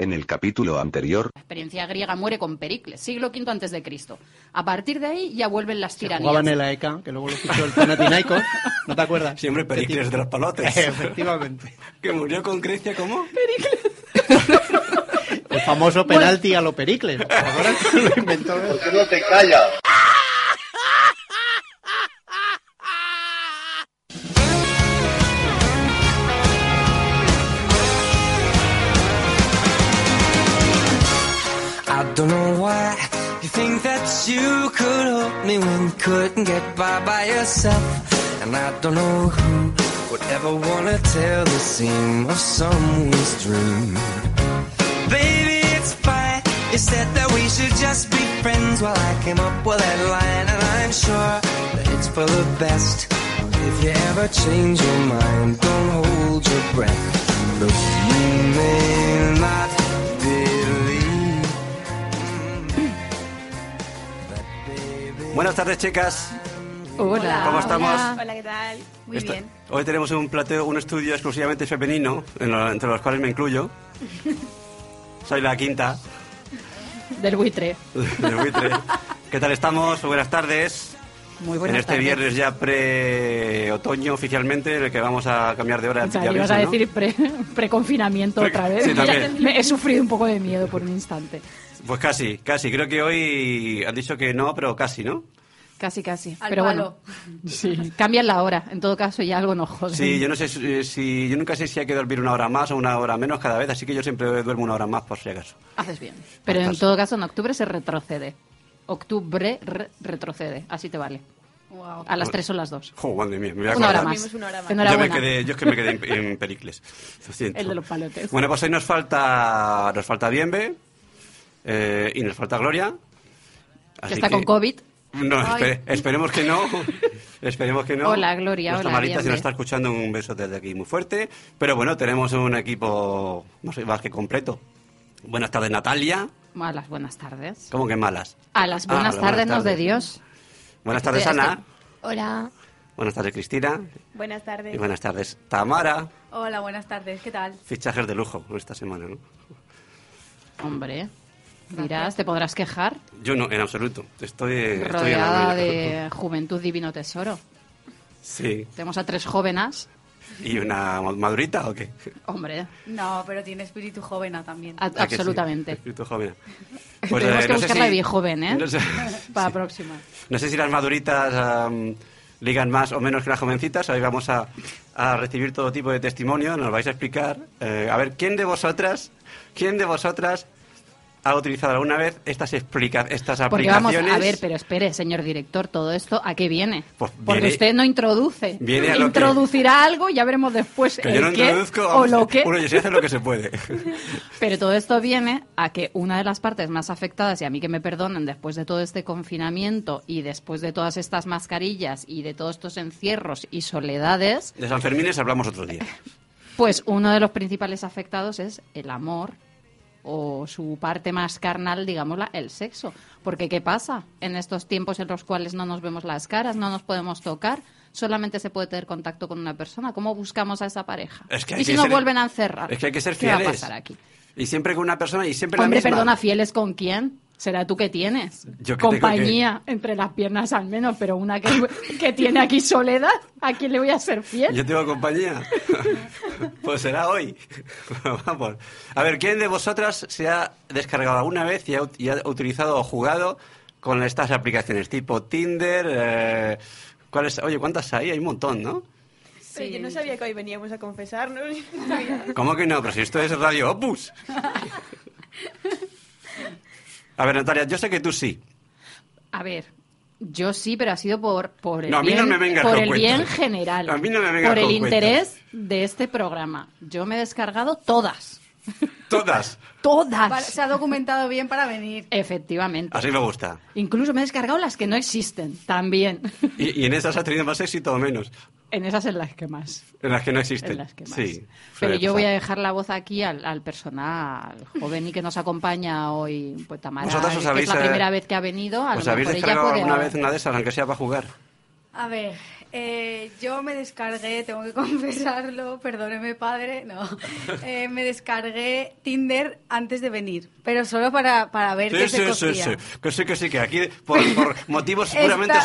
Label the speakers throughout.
Speaker 1: En el capítulo anterior,
Speaker 2: La experiencia griega muere con Pericles, siglo V antes de Cristo. A partir de ahí ya vuelven las
Speaker 3: Se
Speaker 2: tiranías.
Speaker 3: jugaban en la ECA, que luego lo fichó el Panathinaikos, ¿no te acuerdas?
Speaker 4: Siempre Pericles de los
Speaker 5: Eh,
Speaker 4: palotes.
Speaker 3: Efectivamente.
Speaker 4: que murió con Grecia, ¿cómo?
Speaker 3: El famoso penalti a lo Pericles. ¿te acuerdas? Lo inventó él.
Speaker 6: qué no te callas?
Speaker 5: I don't know why you think that you could help me when you couldn't get by by yourself. And I don't know who would ever wanna tell the seam of someone's dream. Baby, it's fine. You said that we should just be friends. Well, I came up with that line, and I'm sure that it's for the best. If you ever change your mind, don't hold your breath. Look, you may not believe.
Speaker 4: Buenas tardes, chicas.
Speaker 2: Hola.
Speaker 4: ¿Cómo estamos?
Speaker 7: Hola, ¿qué tal? Muy
Speaker 4: Esta-
Speaker 7: bien.
Speaker 4: Hoy tenemos un plateo, un estudio exclusivamente femenino, en lo- entre los cuales me incluyo. Soy la quinta
Speaker 2: Del buitre.
Speaker 4: del buitre. ¿Qué tal estamos? Buenas tardes.
Speaker 2: Muy buenas
Speaker 4: en este
Speaker 2: tardes.
Speaker 4: viernes ya pre-otoño oficialmente, en el que vamos a cambiar de hora.
Speaker 2: O sea,
Speaker 4: ya
Speaker 2: ibas
Speaker 4: aviso,
Speaker 2: a
Speaker 4: ¿no?
Speaker 2: decir pre- preconfinamiento
Speaker 4: Pre-
Speaker 2: otra vez.
Speaker 4: sí, también.
Speaker 2: Me- he sufrido un poco de miedo por un instante.
Speaker 4: Pues casi, casi. Creo que hoy han dicho que no, pero casi, ¿no?
Speaker 2: Casi, casi.
Speaker 7: Al
Speaker 2: Pero
Speaker 7: palo.
Speaker 2: bueno, sí. cambian la hora. En todo caso, ya algo nos jode.
Speaker 4: Sí, yo no sé si, eh, si- yo nunca sé si hay que dormir una hora más o una hora menos cada vez, así que yo siempre duermo una hora más por si acaso.
Speaker 2: Haces bien. Pero en
Speaker 4: Fantástico.
Speaker 2: todo caso, en octubre se retrocede. Octubre re- retrocede. Así te vale.
Speaker 7: Wow.
Speaker 4: Ah.
Speaker 2: A las 3 o las dos.
Speaker 4: Oh, madre mía, me voy a
Speaker 2: Una hora
Speaker 4: acordar.
Speaker 2: más.
Speaker 7: Una hora más.
Speaker 4: Yo, me
Speaker 2: Enhorabuena.
Speaker 4: quedé, yo es que me quedé en, en Pericles. Lo siento.
Speaker 2: El de los palotes.
Speaker 4: Bueno, pues hoy nos falta nos falta Bienve eh, y nos falta Gloria. Así
Speaker 2: Que está con COVID.
Speaker 4: No, espe- esperemos que no. esperemos que no.
Speaker 2: Hola, Gloria,
Speaker 4: Nuestra
Speaker 2: hola,
Speaker 4: Marita, si
Speaker 2: Bienve.
Speaker 4: nos está escuchando, un beso desde aquí muy fuerte. Pero bueno, tenemos un equipo más, más que completo. Buenas tardes, Natalia.
Speaker 2: A las buenas tardes.
Speaker 4: ¿Cómo que malas?
Speaker 2: A las buenas
Speaker 4: Ah,
Speaker 2: tardes, nos de Dios.
Speaker 4: Buenas tardes,
Speaker 2: Estoy-
Speaker 4: Ana.
Speaker 2: estoy-
Speaker 7: Hola.
Speaker 4: Buenas tardes, Cristina.
Speaker 7: Buenas tardes.
Speaker 4: Y buenas tardes, Tamara.
Speaker 7: Hola, buenas tardes. ¿Qué tal?
Speaker 4: Fichajes de lujo esta semana, ¿no?
Speaker 2: Hombre, dirás, te podrás quejar.
Speaker 4: Yo no, en absoluto. Estoy, estoy en la
Speaker 2: Rodeada
Speaker 4: ruina.
Speaker 2: de juventud divino tesoro.
Speaker 4: Sí.
Speaker 2: Tenemos a tres jóvenes.
Speaker 4: ¿Y una madurita o
Speaker 2: Ah,
Speaker 4: qué?
Speaker 2: Hombre,
Speaker 7: No, pero tiene espíritu joven también.
Speaker 2: a-
Speaker 4: ¿A que sí?
Speaker 2: absolutamente.
Speaker 4: Espíritu joven. Pues, eh,
Speaker 2: Tenemos que
Speaker 4: no sé
Speaker 2: buscarla
Speaker 4: si-
Speaker 2: bien joven, ¿eh?
Speaker 4: No sé,
Speaker 2: Para la próxima.
Speaker 4: no sé si las maduritas am, ligan más o menos que las jovencitas. Hoy vamos a, a recibir todo tipo de testimonio. Nos vais a explicar. eh, a ver, ¿quién de vosotras, quién de vosotras ha utilizado alguna vez estas, explica estas
Speaker 2: Porque
Speaker 4: aplicaciones?
Speaker 2: vamos a ver, pero espere, señor director, todo esto, ¿a qué viene?
Speaker 4: Pues
Speaker 2: Porque
Speaker 4: viene-
Speaker 2: usted no introduce.
Speaker 4: viene a lo que-
Speaker 2: Introducirá algo y ya veremos después
Speaker 4: Que
Speaker 2: el
Speaker 4: yo no
Speaker 2: qué
Speaker 4: introduzco.
Speaker 2: o
Speaker 4: vamos,
Speaker 2: lo que.
Speaker 4: Bueno, yo sé hacer lo que se puede.
Speaker 2: Pero todo esto viene a que una de las partes más afectadas, y a mí que me perdonen, después de todo este confinamiento y después de todas estas mascarillas y de todos estos encierros y soledades,
Speaker 4: De San Fermín hablamos otro día.
Speaker 2: pues uno de los principales afectados es el amor o su parte más carnal, digámosla, el sexo. Porque ¿qué pasa en estos tiempos en los cuales no nos vemos las caras, no nos podemos tocar? Solamente se puede tener contacto con una persona. ¿Cómo buscamos a esa pareja?
Speaker 4: Es que hay
Speaker 2: y si
Speaker 4: que
Speaker 2: nos
Speaker 4: ser-
Speaker 2: vuelven a encerrar.
Speaker 4: es que hay que ser
Speaker 2: ¿Qué va a
Speaker 4: fieles.
Speaker 2: pasar aquí?
Speaker 4: Y siempre con una persona y siempre
Speaker 2: Hombre,
Speaker 4: la misma.
Speaker 2: perdona, ¿fieles con quién? ¿Será tú que tienes?
Speaker 4: Yo que
Speaker 2: Compañía entre las piernas al menos, pero una que, que tiene aquí soledad, ¿a quién le voy a ser fiel?
Speaker 4: Yo tengo compañía. pues será hoy. Vamos. A ver, ¿quién de vosotras se ha descargado alguna vez y ha, y ha utilizado o jugado con estas aplicaciones? Tipo Tinder. eh, ¿cuáles? Oye, ¿cuántas hay? Hay un montón, ¿no?
Speaker 7: Pero yo no sabía que hoy veníamos a confesarnos. Sabía.
Speaker 4: ¿Cómo que no? Pero si esto es Radio Opus. A ver, Natalia, yo sé que tú sí.
Speaker 2: A ver, yo sí, pero ha sido por, por el,
Speaker 4: No, a mí no
Speaker 2: bien,
Speaker 4: me vengas
Speaker 2: por
Speaker 4: con
Speaker 2: el
Speaker 4: cuentos.
Speaker 2: bien general,
Speaker 4: A mí no me vengas
Speaker 2: por el
Speaker 4: con
Speaker 2: interés de este programa. Yo me he descargado todas,
Speaker 4: Todas.
Speaker 2: todas,
Speaker 7: Vale, se ha documentado bien para venir.
Speaker 2: efectivamente.
Speaker 4: Así me gusta.
Speaker 2: Incluso me he descargado las que no existen, también.
Speaker 4: ¿Y, y en esas has tenido más éxito o menos?
Speaker 2: en esas en las que más.
Speaker 4: En las que no existen.
Speaker 2: en las que más.
Speaker 4: Este, Sí.
Speaker 2: Pero
Speaker 4: suele
Speaker 2: yo voy a
Speaker 4: pasar.
Speaker 2: dejar la voz aquí al, al personal joven y que nos acompaña hoy, pues Tamara,
Speaker 4: Vosotras os
Speaker 2: que
Speaker 4: habéis,
Speaker 2: es la
Speaker 4: eh,
Speaker 2: primera vez que ha venido. A
Speaker 4: ¿Os
Speaker 2: lo
Speaker 4: habéis
Speaker 2: mejor ella
Speaker 4: descargado
Speaker 2: puede
Speaker 4: alguna
Speaker 2: hablar.
Speaker 4: vez una de esas, aunque sea para jugar?
Speaker 7: A ver,
Speaker 1: Eh, yo me descargué, tengo que confesarlo, perdóneme padre, no. Eh, me descargué Tinder antes de venir, pero solo para, para ver qué se
Speaker 4: sí,
Speaker 1: cocía.
Speaker 4: sí, que sí, que sí, que aquí por, por motivos puramente
Speaker 1: Está-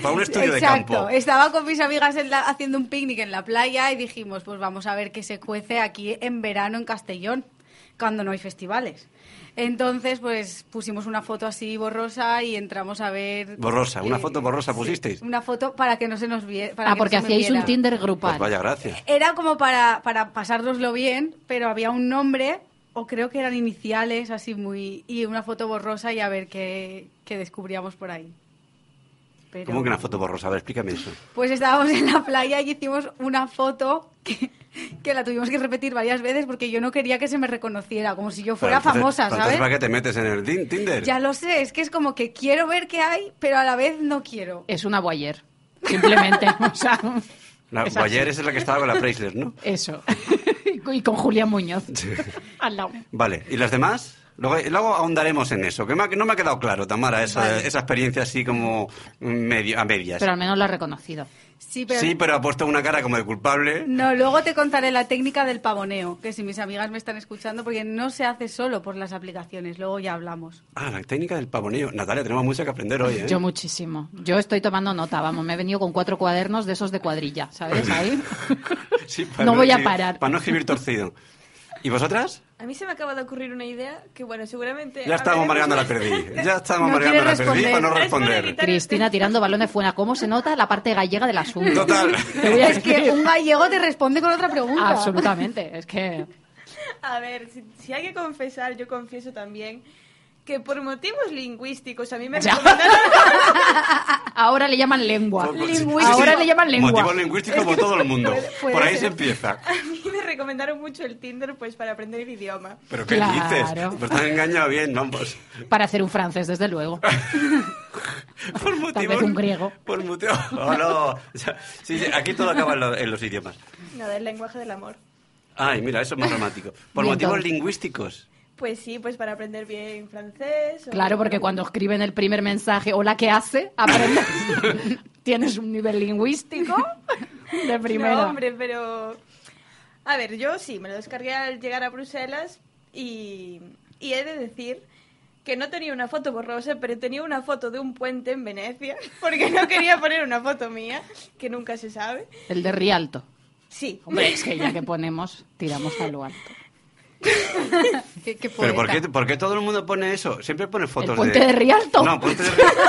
Speaker 4: para un estudio
Speaker 1: Exacto.
Speaker 4: de campo.
Speaker 1: Estaba con mis amigas en la- haciendo un picnic en la playa y dijimos, pues vamos a ver qué se cuece aquí en verano en Castellón, cuando no hay festivales. Entonces, pues pusimos una foto así borrosa y entramos a ver... eh,
Speaker 4: Borrosa, una foto borrosa
Speaker 1: sí,
Speaker 4: pusisteis.
Speaker 1: una foto para que no se nos viera.
Speaker 2: Ah, porque hacíais un Tinder
Speaker 4: Pues
Speaker 2: grupal.
Speaker 4: vaya
Speaker 2: Eh,
Speaker 4: gracias.
Speaker 1: Era como para, para pasárnoslo bien, pero había un nombre, o creo que eran iniciales, así muy... Y una foto borrosa y a ver qué, qué descubríamos por ahí. Pero-
Speaker 4: ¿Cómo que una foto borrosa? A ver, explícame eso.
Speaker 1: pues estábamos en la playa y hicimos una foto que, que la tuvimos que repetir varias veces porque yo no quería que se me reconociera, como si yo fuera
Speaker 4: Pero entonces-
Speaker 1: famosa,
Speaker 4: pero entonces, ¿Para
Speaker 1: ¿sabes?
Speaker 4: qué te metes en el tin- Tinder?
Speaker 1: Ya lo sé, es que es como que quiero ver qué hay, pero a la vez no quiero.
Speaker 2: Es una guayer, simplemente. o sea,
Speaker 4: La
Speaker 2: es
Speaker 4: Boyer
Speaker 2: así.
Speaker 4: esa es la que estaba con la Preisler, ¿no?
Speaker 2: Eso. y con Julián Muñoz al lado.
Speaker 4: Vale, ¿y las demás? Luego, luego ahondaremos en eso, que me ha- no me ha quedado claro, Tamara, esa, esa experiencia así como medio, a medias.
Speaker 2: Pero al menos lo ha reconocido.
Speaker 1: Sí, pero...
Speaker 4: Sí, pero ha puesto una cara como de culpable.
Speaker 1: No, luego te contaré la técnica del pavoneo, que si mis amigas me están escuchando, porque no se hace solo por las aplicaciones, luego ya hablamos.
Speaker 4: Ah, la técnica del pavoneo. Natalia, tenemos mucho que aprender hoy, ¿eh?
Speaker 2: Yo muchísimo. Yo estoy tomando nota, vamos, me he venido con cuatro cuadernos de esos de cuadrilla, ¿sabes? Ahí.
Speaker 4: Sí, para
Speaker 2: no voy a
Speaker 4: escribir-
Speaker 2: parar.
Speaker 4: Para no escribir torcido. ¿Y vosotras?
Speaker 7: A mí se me acaba de ocurrir una idea que, bueno,
Speaker 2: Eh,
Speaker 7: seguramente...
Speaker 4: Ya estábamos
Speaker 7: hablaremos
Speaker 4: marcando la
Speaker 7: más.
Speaker 4: perdí. Ya estábamos
Speaker 1: No
Speaker 4: marcando la
Speaker 1: quiere
Speaker 4: perdí
Speaker 1: responder.
Speaker 4: para no
Speaker 7: Es para
Speaker 4: responder.
Speaker 7: evitar-
Speaker 2: Cristina tirando balones fuera. ¿Cómo se nota la parte gallega del asunto?
Speaker 4: Total.
Speaker 2: Te voy a
Speaker 1: Es que
Speaker 2: decir.
Speaker 1: un gallego te responde con otra pregunta.
Speaker 2: Absolutamente. Es que
Speaker 7: A ver, si, si hay que confesar, yo confieso también que por motivos lingüísticos a mí me
Speaker 2: Ya.
Speaker 7: recomendaron...
Speaker 2: ahora le llaman lengua.
Speaker 4: Poco- sí, sí,
Speaker 1: Lingüístico.
Speaker 2: Ahora le llaman
Speaker 4: Motivos
Speaker 2: lengua.
Speaker 4: lingüísticos como todo el mundo.
Speaker 1: Puede- puede
Speaker 4: Por ahí se
Speaker 1: ser.
Speaker 4: empieza.
Speaker 7: A mí me recomendaron mucho el Tinder pues para aprender el idioma.
Speaker 4: ¿Pero qué
Speaker 2: Claro.
Speaker 4: dices? Me están engañado bien, no, pues.
Speaker 2: Para hacer un francés, desde luego.
Speaker 4: Por motivos.
Speaker 2: vez un griego.
Speaker 4: Por motivos. Oh, no. Sí, sí, aquí todo acaba en, lo- en los idiomas.
Speaker 7: Nada, el lenguaje del amor.
Speaker 4: Ay, mira, eso es más dramático. Por
Speaker 2: Bien,
Speaker 4: motivos
Speaker 2: todo.
Speaker 4: lingüísticos.
Speaker 7: Pues sí, pues para aprender bien francés. o-
Speaker 2: Claro, porque cuando escriben el primer mensaje, hola, ¿qué hace? Aprendes. Tienes un nivel lingüístico de
Speaker 7: No,
Speaker 2: primera.
Speaker 7: hombre, pero... A ver, yo sí, me lo descargué al llegar a Bruselas y... Y he de decir que no tenía una foto borrosa, pero tenía una foto de un puente en Venecia, porque no quería poner una foto mía, que nunca se sabe.
Speaker 2: El de Rialto.
Speaker 7: Sí.
Speaker 2: Hombre, es que ya que ponemos, tiramos a lo alto.
Speaker 1: Qué- qué
Speaker 4: ¿Pero por
Speaker 1: poeta.
Speaker 4: qué, por qué todo el mundo pone eso? Siempre pone fotos
Speaker 2: ¿El puente de Rialto?
Speaker 4: No, puente de Rialto.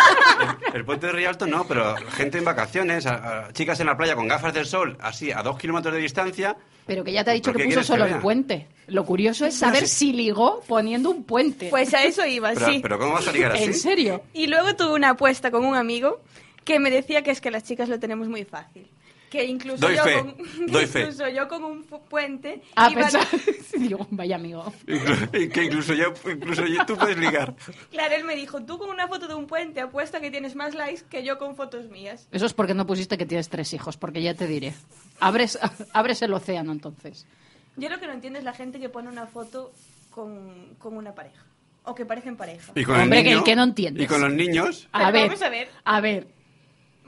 Speaker 4: El, el puente de Rialto no, pero gente en vacaciones, a- a chicas en la playa con gafas del sol, así, a dos kilómetros de distancia.
Speaker 2: Pero que ya te ha dicho
Speaker 4: ¿Pero
Speaker 2: que
Speaker 4: qué
Speaker 2: puso
Speaker 4: quieres
Speaker 2: solo
Speaker 4: que
Speaker 2: el
Speaker 4: vea?
Speaker 2: puente. Lo curioso es saber si ligó poniendo un puente.
Speaker 7: Pues a eso iba,
Speaker 4: Pero,
Speaker 7: sí.
Speaker 4: pero ¿cómo vas a ligar así?
Speaker 2: ¿En serio?
Speaker 7: Y luego tuve una apuesta con un amigo que me decía que es que las chicas lo tenemos muy fácil. Que incluso,
Speaker 4: Doy
Speaker 7: yo,
Speaker 4: fe,
Speaker 7: con, que
Speaker 4: doy fe.
Speaker 7: incluso yo con un pu- puente...
Speaker 2: A
Speaker 7: iba-
Speaker 2: pensar. Ah, Digo, vaya amigo.
Speaker 4: Inclu- que incluso yo, incluso yo- tú puedes ligar.
Speaker 7: Claro, él me dijo, tú con una foto de un puente apuesta que tienes más likes que yo con fotos mías.
Speaker 2: Eso es porque no pusiste que tienes tres hijos, porque ya te diré. Abres, abres el océano entonces.
Speaker 7: Yo lo que no entiendo es la gente que pone una foto con, con una pareja. O que parecen pareja.
Speaker 4: Y con
Speaker 2: Hombre,
Speaker 4: el
Speaker 2: que el
Speaker 4: niño-
Speaker 2: que no entiendes.
Speaker 4: Y con los niños.
Speaker 2: A
Speaker 7: Pero
Speaker 2: ver,
Speaker 7: vamos a ver.
Speaker 2: A ver,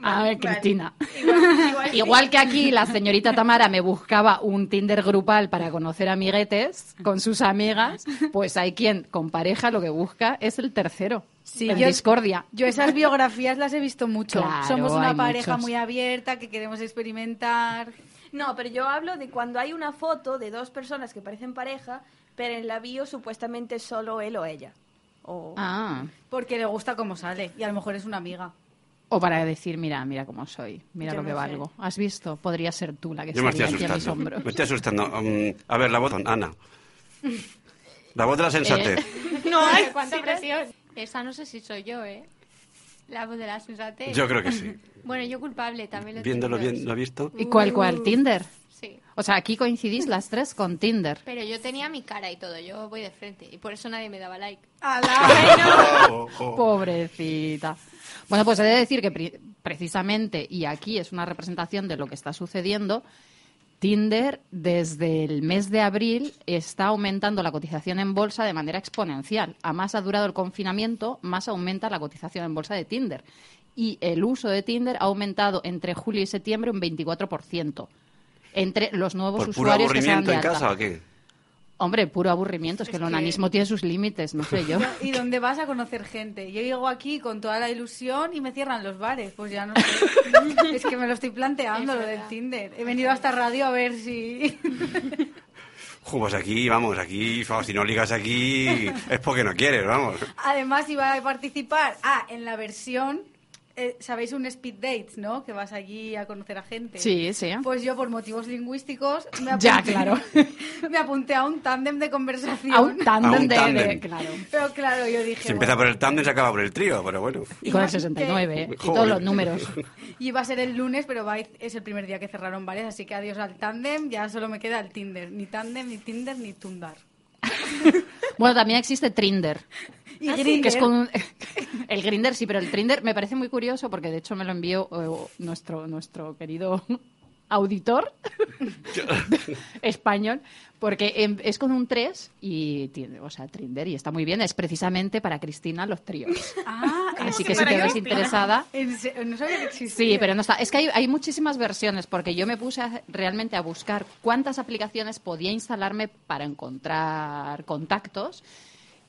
Speaker 2: a ver,
Speaker 7: Vale,
Speaker 2: Cristina.
Speaker 7: Igual, igual-
Speaker 2: Igual que aquí la señorita Tamara me buscaba un Tinder grupal para conocer amiguetes con sus amigas, pues hay quien con pareja lo que busca es el tercero,
Speaker 1: Sí,
Speaker 2: el
Speaker 1: yo-
Speaker 2: discordia.
Speaker 1: Yo esas biografías las he visto mucho.
Speaker 2: Claro,
Speaker 1: Somos una
Speaker 2: hay
Speaker 1: pareja
Speaker 2: muchos.
Speaker 1: muy abierta que queremos experimentar.
Speaker 7: No, pero yo hablo de cuando hay una foto de dos personas que parecen pareja, pero en la bio supuestamente solo él o ella. O...
Speaker 2: Ah,
Speaker 1: Porque le gusta cómo sale y a lo mejor es una amiga.
Speaker 2: o para decir, mira, mira cómo soy, mira
Speaker 7: Yo
Speaker 2: lo que
Speaker 7: no sé.
Speaker 2: valgo. ¿Has visto? Podría ser tú la que
Speaker 4: Yo me estoy
Speaker 2: estaría aquí a mis
Speaker 4: asustando.
Speaker 2: hombros.
Speaker 4: Me estoy asustando. Um, a ver, la voz, Ana. La voz de la sensatez.
Speaker 2: Eh.
Speaker 7: No, hay
Speaker 6: ¡Cuánta presión! Esa no sé si soy yo, ¿eh? La voz de la sensatez.
Speaker 4: Yo creo que sí.
Speaker 6: Bueno, yo culpable también lo
Speaker 4: Viéndolo
Speaker 6: tengo.
Speaker 4: bien, ¿lo has visto?
Speaker 2: ¿Y cuál, cuál? ¿Tinder?
Speaker 6: Sí.
Speaker 2: O sea, aquí coincidís las tres con Tinder.
Speaker 6: Pero yo tenía mi cara y todo, yo voy de frente. Y por eso nadie me daba like.
Speaker 4: Oh, oh.
Speaker 2: Pobrecita. Bueno, pues he de decir que pri- precisamente, y aquí es una representación de lo que está sucediendo, Tinder desde el mes de abril está aumentando la cotización en bolsa de manera exponencial. A más ha durado el confinamiento, más aumenta la cotización en bolsa de Tinder. y el uso de Tinder ha aumentado entre julio y septiembre un 24% entre los nuevos
Speaker 4: ¿Por puro
Speaker 2: usuarios que se dan
Speaker 4: aburrimiento
Speaker 2: de
Speaker 4: en
Speaker 2: alta.
Speaker 4: casa o qué?
Speaker 2: Hombre, puro aburrimiento, es que
Speaker 1: Es
Speaker 2: el
Speaker 1: que-
Speaker 2: onanismo tiene sus límites, no sé yo.
Speaker 1: ¿Y dónde vas a conocer gente? Yo llego aquí con toda la ilusión y me cierran los bares. Pues ya no sé. Es que me lo estoy planteando
Speaker 6: Es
Speaker 1: lo del
Speaker 6: verdad.
Speaker 1: Tinder. He venido hasta radio a ver si.
Speaker 4: Ju, pues aquí, vamos, aquí, vamos, si no ligas aquí es porque no quieres, vamos.
Speaker 1: Además, iba a participar. Ah, en la versión. eh, ¿Sabéis un speed date, no? Que vas allí a conocer a gente.
Speaker 2: Sí, sí.
Speaker 1: Pues yo, por motivos lingüísticos, me apunté,
Speaker 2: Ya, claro.
Speaker 1: me apunté a un tándem de conversación.
Speaker 2: A un tándem
Speaker 4: A un
Speaker 2: de- de,
Speaker 4: tándem.
Speaker 2: Claro.
Speaker 1: Pero claro, yo dije.
Speaker 4: Se empieza por el tándem y se acaba por el trío, pero bueno.
Speaker 2: Y con el
Speaker 1: Imagínate-
Speaker 2: 69, ¿eh? y
Speaker 4: Joder.
Speaker 2: todos los números.
Speaker 1: Y va a ser el lunes, pero va, es el primer día que cerraron bares, así que adiós al tándem, ya solo me queda el Tinder. Ni tándem, ni Tinder, ni Tundar.
Speaker 2: Bueno, también existe Trinder.
Speaker 1: Y
Speaker 2: Ah, Que es
Speaker 1: Grindr.
Speaker 2: con un- el Grinder, sí, pero el Trinder me parece muy curioso porque de hecho me lo envió eh, nuestro, nuestro querido auditor español, porque em, es con un 3 y tiene, o sea, Trinder y está muy bien, es precisamente para Cristina los tríos.
Speaker 1: Ah,
Speaker 2: Así
Speaker 1: es
Speaker 2: que si te
Speaker 7: para
Speaker 2: ves
Speaker 7: Cristina.
Speaker 2: interesada,
Speaker 1: en se- no sabía que existía.
Speaker 2: Sí, pero no está. Es que hay, hay muchísimas versiones, porque yo me puse a- realmente a buscar cuántas aplicaciones podía instalarme para encontrar contactos.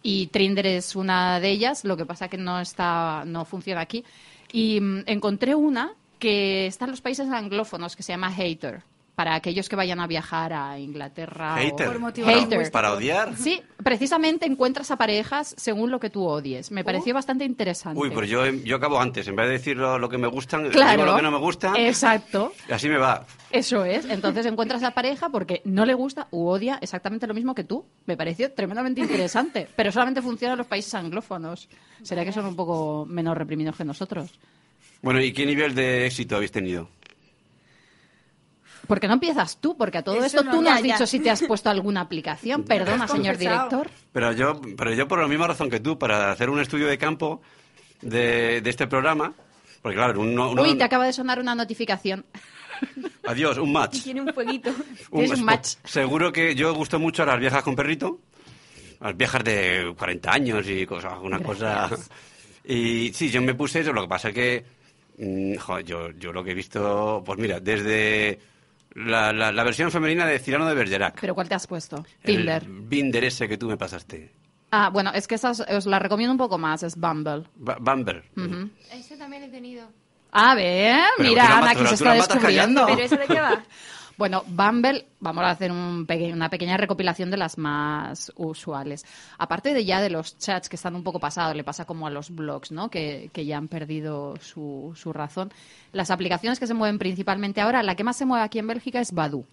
Speaker 2: Y Trinder es una de ellas, lo que pasa que no está, no funciona aquí. Y mm, encontré una que está en los países anglófonos, que se llama Hater, para aquellos que vayan a viajar a Inglaterra. o-
Speaker 4: Hater.
Speaker 1: Por motivos
Speaker 2: Hater.
Speaker 4: Para odiar.
Speaker 2: Sí, precisamente encuentras a parejas según lo que tú odies.
Speaker 1: Oh.
Speaker 2: Me pareció bastante interesante.
Speaker 4: Uy, pero yo, yo acabo antes. En vez de decir lo, lo que me gustan, digo
Speaker 2: Claro.
Speaker 4: lo que no me gusta.
Speaker 2: Exacto.
Speaker 4: y Así me va.
Speaker 2: Eso es. Entonces encuentras a pareja porque no le gusta u odia exactamente lo mismo que tú. Me pareció tremendamente interesante. Pero solamente funciona en los países anglófonos. ¿Será que son un poco menos reprimidos que nosotros?
Speaker 4: Bueno, ¿y qué nivel de éxito habéis tenido?
Speaker 2: Porque no empiezas tú, porque a todo
Speaker 1: Eso
Speaker 2: esto
Speaker 1: no,
Speaker 2: tú no
Speaker 1: ya,
Speaker 2: has
Speaker 1: ya.
Speaker 2: dicho si te has puesto alguna aplicación. Perdona, señor
Speaker 1: confesado.
Speaker 2: director.
Speaker 4: Pero yo, pero yo por la misma razón que tú, para hacer un estudio de campo de, de este programa, porque claro, uno, uno-
Speaker 2: Uy, te acaba de sonar una notificación.
Speaker 4: adiós, un match.
Speaker 7: Tiene un fueguito.
Speaker 2: Es un match.
Speaker 4: Seguro que yo gusto mucho a las viejas con perrito, a las viejas de 40 años y cosas, una cosa. Y sí, yo me puse eso, lo que pasa es que, mm, jo, yo, yo lo que he visto, pues mira, desde la, la- la versión femenina de Cirano de Bergerac.
Speaker 2: ¿Pero cuál te has puesto?
Speaker 4: el
Speaker 2: Tinder.
Speaker 4: Binder ese que tú me pasaste.
Speaker 2: Ah, bueno, es que esa os, os la recomiendo un poco más. Es Bumble.
Speaker 4: Ba- Bumble.
Speaker 6: Ese también lo he tenido.
Speaker 2: A ver,
Speaker 4: Pero tú la
Speaker 2: mira, Ana,
Speaker 4: matas-
Speaker 2: aquí se
Speaker 4: tú la
Speaker 2: está
Speaker 4: matas
Speaker 2: descubriendo.
Speaker 4: callando.
Speaker 7: ¿Pero eso de qué
Speaker 2: Ah.
Speaker 7: va?
Speaker 2: Bueno, Bumble, vamos a hacer un peque- una pequeña recopilación de las más usuales. Aparte de ya de los chats que están un poco pasados, le pasa como a los blogs, ¿no? Que, que ya han perdido su, su razón. Las aplicaciones que se mueven principalmente ahora, la que más se mueve aquí en Bélgica es Badu.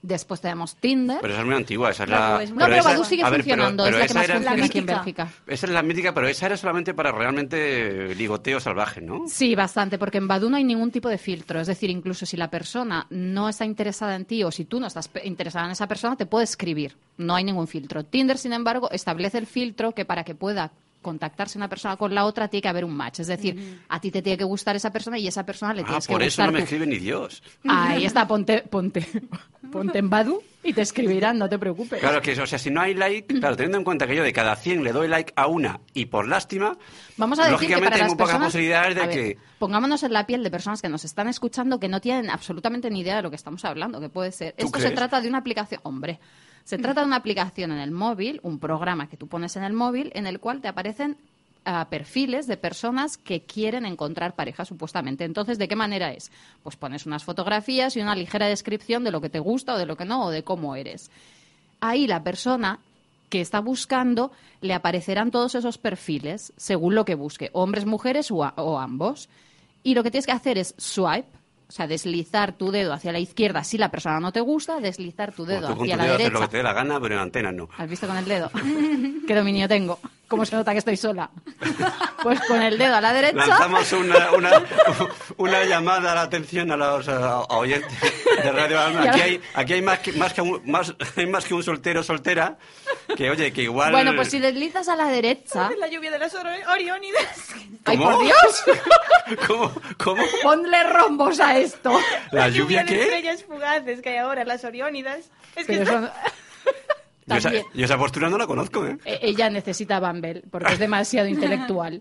Speaker 2: Después tenemos Tinder.
Speaker 4: Pero esa es muy antigua, esa es
Speaker 7: Claro,
Speaker 4: la...
Speaker 7: es muy
Speaker 2: no, pero
Speaker 4: esa-
Speaker 2: Badu sigue
Speaker 4: a ver, pero-
Speaker 2: funcionando,
Speaker 4: pero
Speaker 2: es la que
Speaker 4: esa
Speaker 2: más
Speaker 4: era-
Speaker 2: funciona aquí en
Speaker 1: mítica.
Speaker 2: Bélgica.
Speaker 4: Esa es la mítica, pero esa era solamente para realmente eh, ligoteo salvaje, ¿no?
Speaker 2: Sí, bastante, porque en Badu no hay ningún tipo de filtro. Es decir, incluso si la persona no está interesada en ti o si tú no estás pe- interesada en esa persona, te puede escribir. No hay ningún filtro. Tinder, sin embargo, establece el filtro que para que pueda contactarse una persona con la otra tiene que haber un match. Es decir, a ti te tiene que gustar esa persona y esa persona le
Speaker 4: Ah,
Speaker 2: tienes
Speaker 4: por
Speaker 2: que
Speaker 4: eso
Speaker 2: gustar
Speaker 4: no me
Speaker 2: tú.
Speaker 4: escribe ni Dios.
Speaker 2: Ahí está, ponte, ponte, ponte en Badu y te escribirán, no te preocupes.
Speaker 4: Claro que, o sea, si no hay like, claro, teniendo en cuenta que yo de cada 100 le doy like a una y por lástima,
Speaker 2: Vamos a decir que
Speaker 4: lógicamente
Speaker 2: para
Speaker 4: hay
Speaker 2: las
Speaker 4: muy pocas
Speaker 2: personas,
Speaker 4: posibilidades de
Speaker 2: A ver,
Speaker 4: que...
Speaker 2: pongámonos en la piel de personas que nos están escuchando que no tienen absolutamente ni idea de lo que estamos hablando, que puede ser.
Speaker 4: ¿Tú
Speaker 2: Esto se
Speaker 4: crees?
Speaker 2: trata de una aplicación, hombre. Se trata de una aplicación en el móvil, un programa que tú pones en el móvil en el cual te aparecen ah, perfiles de personas que quieren encontrar pareja supuestamente. Entonces, ¿de qué manera es? Pues pones unas fotografías y una ligera descripción de lo que te gusta o de lo que no o de cómo eres ahí la persona que está buscando le aparecerán todos esos perfiles según lo que busque, hombres, mujeres o, a- o ambos. Y lo que tienes que hacer es swipe, o sea, deslizar tu dedo hacia la izquierda si la persona no te gusta, deslizar tu
Speaker 4: Bueno,
Speaker 2: dedo
Speaker 4: pues tú con
Speaker 2: hacia
Speaker 4: tu
Speaker 2: la
Speaker 4: dedo haces lo que
Speaker 2: derecha.
Speaker 4: te dé la gana, pero en antena no.
Speaker 2: ¿Has visto con el dedo? ¿Qué dominio tengo? ¿Cómo se nota que estoy sola? Pues con el dedo a la derecha.
Speaker 4: Lanzamos una, una, una llamada a la atención a los eh, a oyentes de Radio Alma.
Speaker 2: Ya.
Speaker 4: Aquí hay, aquí hay más, que, más, que un, más, hay más que un soltero soltera que, oye, que igual...
Speaker 2: Bueno, pues si deslizas a la derecha.
Speaker 7: Es la lluvia de las Ori- Oriónidas.
Speaker 2: ¡Ay,
Speaker 4: ¿Cómo?
Speaker 2: por Dios!
Speaker 4: ¿Cómo? ¿Cómo?
Speaker 2: Ponle rombos a esto.
Speaker 4: ¿La lluvia
Speaker 7: de
Speaker 4: qué?
Speaker 7: estrellas fugaces que hay ahora, las Oriónidas. Es que
Speaker 2: Pero
Speaker 7: está-
Speaker 2: eso-
Speaker 4: Yo esa,
Speaker 2: También.
Speaker 4: yo esa postura no la conozco, ¿eh?
Speaker 2: E- Ella necesita Bumble porque es demasiado intelectual.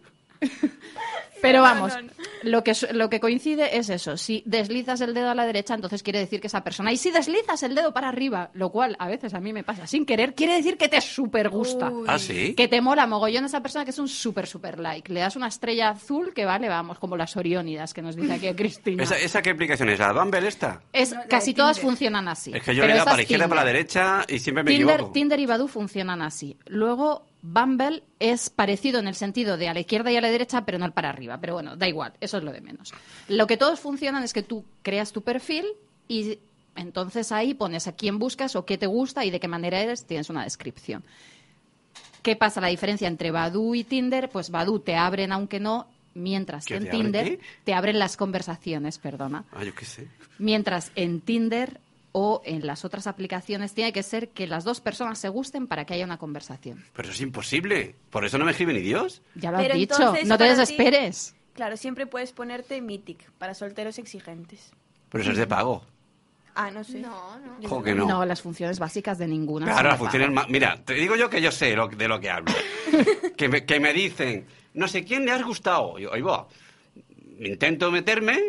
Speaker 2: Pero vamos,
Speaker 7: No, no, no.
Speaker 2: Lo, que, su- lo que coincide es eso. Si deslizas el dedo a la derecha, entonces quiere decir que esa persona. Y si deslizas el dedo para arriba, lo cual a veces a mí me pasa sin querer, quiere decir que te super gusta.
Speaker 1: Uy.
Speaker 4: Ah, sí.
Speaker 2: Que te mola mogollón esa persona que es un super super like. Le das una estrella azul que vale, vamos, como las oriónidas que nos dice aquí Cristina.
Speaker 4: ¿Esa, esa qué aplicación es? ¿La Bumble esta?
Speaker 2: Es,
Speaker 1: No, la de
Speaker 2: casi todas
Speaker 1: Tinder.
Speaker 2: funcionan así.
Speaker 4: Es que yo
Speaker 2: pero
Speaker 4: le he dado
Speaker 2: esa
Speaker 4: para la
Speaker 2: es
Speaker 4: izquierda, para la
Speaker 2: Tinder.
Speaker 4: derecha y siempre me
Speaker 2: Tinder,
Speaker 4: equivoco.
Speaker 2: Tinder y Badu funcionan así. Luego, Bumble es parecido en el sentido de a la izquierda y a la derecha, pero no al para arriba. Pero bueno, da igual, eso es lo de menos. Lo que todos funcionan es que tú creas tu perfil y entonces ahí pones a quién buscas o qué te gusta y de qué manera eres, tienes una descripción. ¿Qué pasa? La diferencia entre Badu y Tinder, pues Badu te abren aunque no, mientras que
Speaker 4: ¿Que
Speaker 2: en
Speaker 4: te abren
Speaker 2: Tinder
Speaker 4: qué?
Speaker 2: te abren las conversaciones, perdona.
Speaker 4: Ah, yo qué sé.
Speaker 2: Mientras en Tinder o en las otras aplicaciones tiene que ser que las dos personas se gusten para que haya una conversación.
Speaker 4: Pero es imposible. Por eso no me escribe ni Dios.
Speaker 2: Ya lo has
Speaker 7: Pero
Speaker 2: dicho,
Speaker 7: entonces,
Speaker 2: no te
Speaker 7: para ti-
Speaker 2: desesperes.
Speaker 7: Claro, siempre puedes ponerte Mythic para solteros exigentes.
Speaker 4: Pero eso es de pago.
Speaker 7: Ah, no sé.
Speaker 6: No, no.
Speaker 4: Jo, que no.
Speaker 2: las funciones básicas de ninguna.
Speaker 4: Claro,
Speaker 2: son
Speaker 4: las
Speaker 2: de
Speaker 4: funciones
Speaker 2: pago.
Speaker 4: ma- Mira, te digo yo que yo sé lo- de lo que hablo. que, me, que me dicen, no sé quién le has gustado. Yo, oigo, intento meterme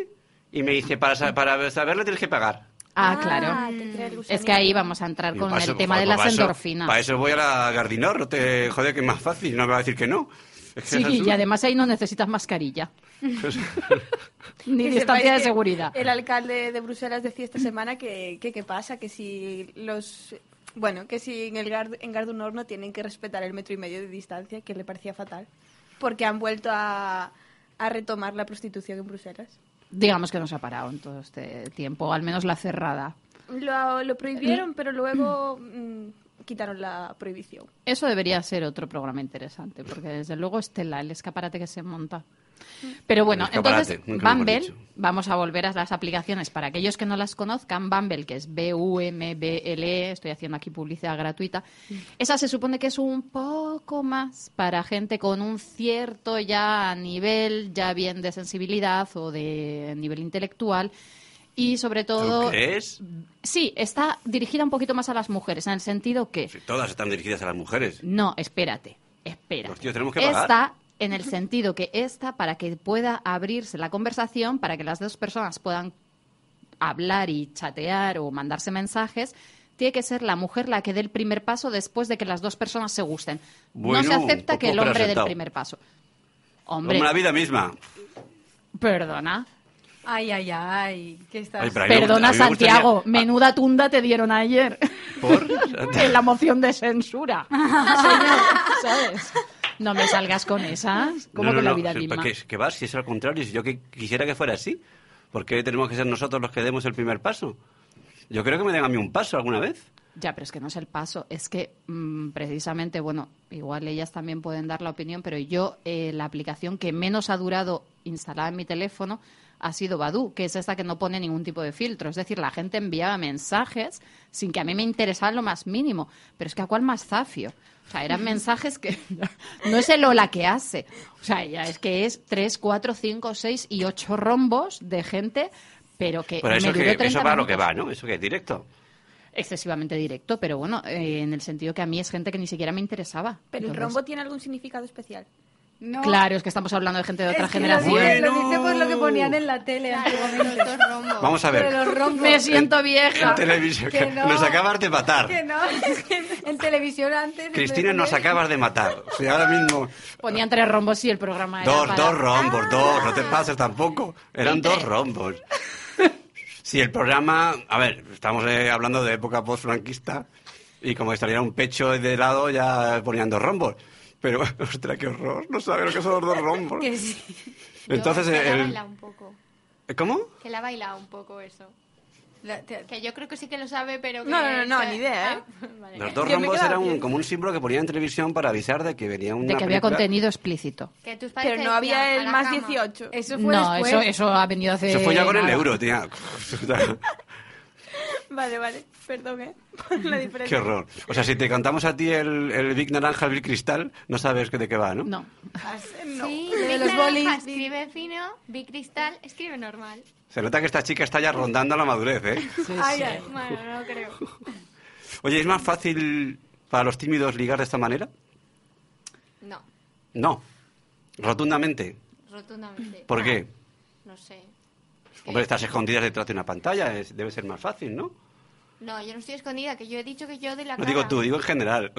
Speaker 4: y me dice, para, sa- para saberlo tienes que pagar.
Speaker 2: Ah, claro.
Speaker 7: te crea el
Speaker 2: Es
Speaker 7: gusanillo.
Speaker 2: que ahí vamos a entrar
Speaker 4: Digo,
Speaker 2: con
Speaker 4: pa'
Speaker 2: el
Speaker 4: eso-
Speaker 2: tema de
Speaker 4: joder,
Speaker 2: las
Speaker 4: pa' eso-
Speaker 2: endorfinas.
Speaker 4: Para eso voy a la Gardinor, no te joder, que es más fácil, no me va a decir que no. Es que
Speaker 2: Sí,
Speaker 4: es
Speaker 2: y
Speaker 4: absurdo.
Speaker 2: además ahí no necesitas mascarilla. Ni
Speaker 7: Que
Speaker 2: distancia
Speaker 7: sepáis
Speaker 2: de
Speaker 7: que
Speaker 2: seguridad.
Speaker 7: El alcalde de Bruselas decía esta semana que, que qué pasa, que si los... Bueno, que si en, el Gard, en Gardunor no tienen que respetar el metro y medio de distancia, que le parecía fatal, porque han vuelto a, a retomar la prostitución en Bruselas.
Speaker 2: Digamos que no se ha parado en todo este tiempo, al menos la cerrada.
Speaker 7: Lo, lo prohibieron, pero luego mm, quitaron la prohibición.
Speaker 2: Eso debería ser otro programa interesante, porque desde luego Estela, el escaparate que se monta. Pero bueno,
Speaker 4: El escaparate,
Speaker 2: entonces
Speaker 4: nunca lo hemos
Speaker 2: Bumble,
Speaker 4: dicho.
Speaker 2: vamos a volver a las aplicaciones. Para aquellos que no las conozcan, Bumble, que es B-U-M-B-L-E, E, estoy haciendo aquí publicidad gratuita, esa se supone que es un poco más para gente con un cierto ya nivel, ya bien de sensibilidad o de nivel intelectual. Y sobre
Speaker 4: ¿Tú
Speaker 2: todo,
Speaker 4: crees?
Speaker 2: sí, está dirigida un poquito más a las mujeres, en el sentido que
Speaker 4: Si todas están dirigidas a las mujeres.
Speaker 2: no, espérate, espérate.
Speaker 4: Hostia, ¿tenemos que pagar?
Speaker 2: Esta, en el sentido que esta, para que pueda abrirse la conversación, para que las dos personas puedan hablar y chatear o mandarse mensajes, tiene que ser la mujer la que dé el primer paso después de que las dos personas se gusten. no se
Speaker 4: Bueno,
Speaker 2: acepta
Speaker 4: un
Speaker 2: que el
Speaker 4: poco
Speaker 2: hombre dé el
Speaker 4: presentado.
Speaker 2: primer paso. Hombre,
Speaker 4: Como la vida misma.
Speaker 2: perdona.
Speaker 1: Ay, ay, ay. ¿Qué estás?
Speaker 4: Ay, pero ahí- A mí me gusta-
Speaker 2: Perdona,
Speaker 4: a mí me gustaría-
Speaker 2: Santiago.
Speaker 4: Ah.
Speaker 2: Menuda tunda te dieron ayer
Speaker 4: Por...
Speaker 2: en la moción de censura. Señor, ¿sabes? No me salgas con esas. Como
Speaker 4: No, no,
Speaker 2: que la
Speaker 4: no,
Speaker 2: vida
Speaker 4: sí,
Speaker 2: misma.
Speaker 4: Que, que va, si es al contrario, si yo que, quisiera que fuera así, ¿por qué tenemos que ser nosotros los que demos el primer paso? Yo creo que me den a mí un paso alguna vez.
Speaker 2: Ya, pero es que no es el paso. Es que mm, precisamente, bueno, igual ellas también pueden dar la opinión, pero yo eh, la aplicación que menos ha durado instalada en mi teléfono ha sido Badu, que es esta que no pone ningún tipo de filtro. Es decir, la gente enviaba mensajes sin que a mí me interesara lo más mínimo. Pero es que a cuál más zafio. O sea, eran mensajes que no es el hola que hace. O sea, ya es que es tres, cuatro, cinco, seis y ocho rombos de gente, pero que
Speaker 4: Pero eso,
Speaker 2: Eh, me duró
Speaker 4: que,
Speaker 2: 30
Speaker 4: eso va a lo que
Speaker 2: minutos
Speaker 4: va, ¿no? Eso que es directo.
Speaker 2: excesivamente directo, pero bueno, eh, en el sentido que a mí es gente que ni siquiera me interesaba.
Speaker 7: Pero el
Speaker 2: Entonces,
Speaker 7: rombo tiene algún significado especial.
Speaker 1: No.
Speaker 2: Claro, es que estamos hablando de gente de
Speaker 1: Es
Speaker 2: otra
Speaker 1: que lo
Speaker 2: generación.
Speaker 1: dice, lo
Speaker 4: Bueno.
Speaker 1: dice por lo que ponían en la tele antiguamente.
Speaker 4: Vamos a
Speaker 1: Pero
Speaker 4: ver.
Speaker 1: los rombos.
Speaker 2: Me siento vieja.
Speaker 4: En televisión,
Speaker 1: Que no.
Speaker 4: nos acabas de matar.
Speaker 1: Que no, es que en televisión antes. en
Speaker 4: Cristina,
Speaker 1: vez
Speaker 4: nos
Speaker 1: de-
Speaker 4: acabas de matar. O sea, ahora mismo...
Speaker 2: Ponían tres rombos y el programa era
Speaker 4: Dos,
Speaker 2: para-
Speaker 4: dos rombos, dos, no te pases tampoco. Eran dos rombos. Si el programa, a ver, estamos eh, hablando de época post-franquista y como estaría un pecho de lado ya ponían dos rombos. Pero, ostras, qué horror, no sabe lo que son los dos rombos.
Speaker 1: Que sí.
Speaker 4: Entonces, eh,
Speaker 6: que la
Speaker 4: el-
Speaker 6: ha bailado un poco.
Speaker 4: ¿cómo?
Speaker 6: Que la ha bailado un poco eso.
Speaker 1: La- te-
Speaker 6: Que yo creo que sí que lo sabe, pero que
Speaker 7: No, no, no, no,
Speaker 6: está-
Speaker 7: ni idea, ¿eh?
Speaker 6: Ah, vale.
Speaker 4: Los dos
Speaker 7: Yo me
Speaker 4: rombos
Speaker 7: quedaba
Speaker 4: eran un-
Speaker 7: bien.
Speaker 4: como un símbolo que ponía en televisión para avisar de que venía una
Speaker 2: de que había
Speaker 4: película.
Speaker 2: contenido explícito.
Speaker 6: Que tus padres
Speaker 7: Pero
Speaker 6: te
Speaker 7: no había
Speaker 6: decían,
Speaker 7: el
Speaker 6: "A la
Speaker 7: más
Speaker 6: cama".
Speaker 7: 18.
Speaker 1: Eso fue
Speaker 2: No,
Speaker 1: después.
Speaker 2: eso, eso ha venido hace...
Speaker 4: Eso fue ya con el
Speaker 2: nada.
Speaker 4: euro, tía.
Speaker 7: Vale, vale, perdón, ¿eh? Por la
Speaker 4: Qué
Speaker 7: diferencia.
Speaker 4: horror. O sea, si te cantamos a ti el, el Big Naranja, el Big Cristal, no sabes de qué va, ¿no?
Speaker 2: No.
Speaker 7: Ah, No.
Speaker 6: Sí,
Speaker 1: de
Speaker 6: Big
Speaker 1: los
Speaker 6: Naranja
Speaker 1: bolis, Big-
Speaker 6: Escribe fino, Big Cristal escribe normal.
Speaker 4: Se nota que esta chica está ya rondando la madurez, ¿eh?
Speaker 7: Ay, ay.
Speaker 6: Bueno, no creo.
Speaker 4: Oye, ¿es más fácil para los tímidos ligar de esta manera?
Speaker 6: No.
Speaker 4: No, rotundamente.
Speaker 6: rotundamente. Ah,
Speaker 4: ¿Por qué?
Speaker 6: No sé. Es que-
Speaker 4: Hombre, estás escondidas detrás de una pantalla, es- debe ser más fácil, ¿no?
Speaker 6: No, yo no estoy escondida, que yo he dicho que yo de la
Speaker 4: No
Speaker 6: cara.
Speaker 4: digo tú, digo en general.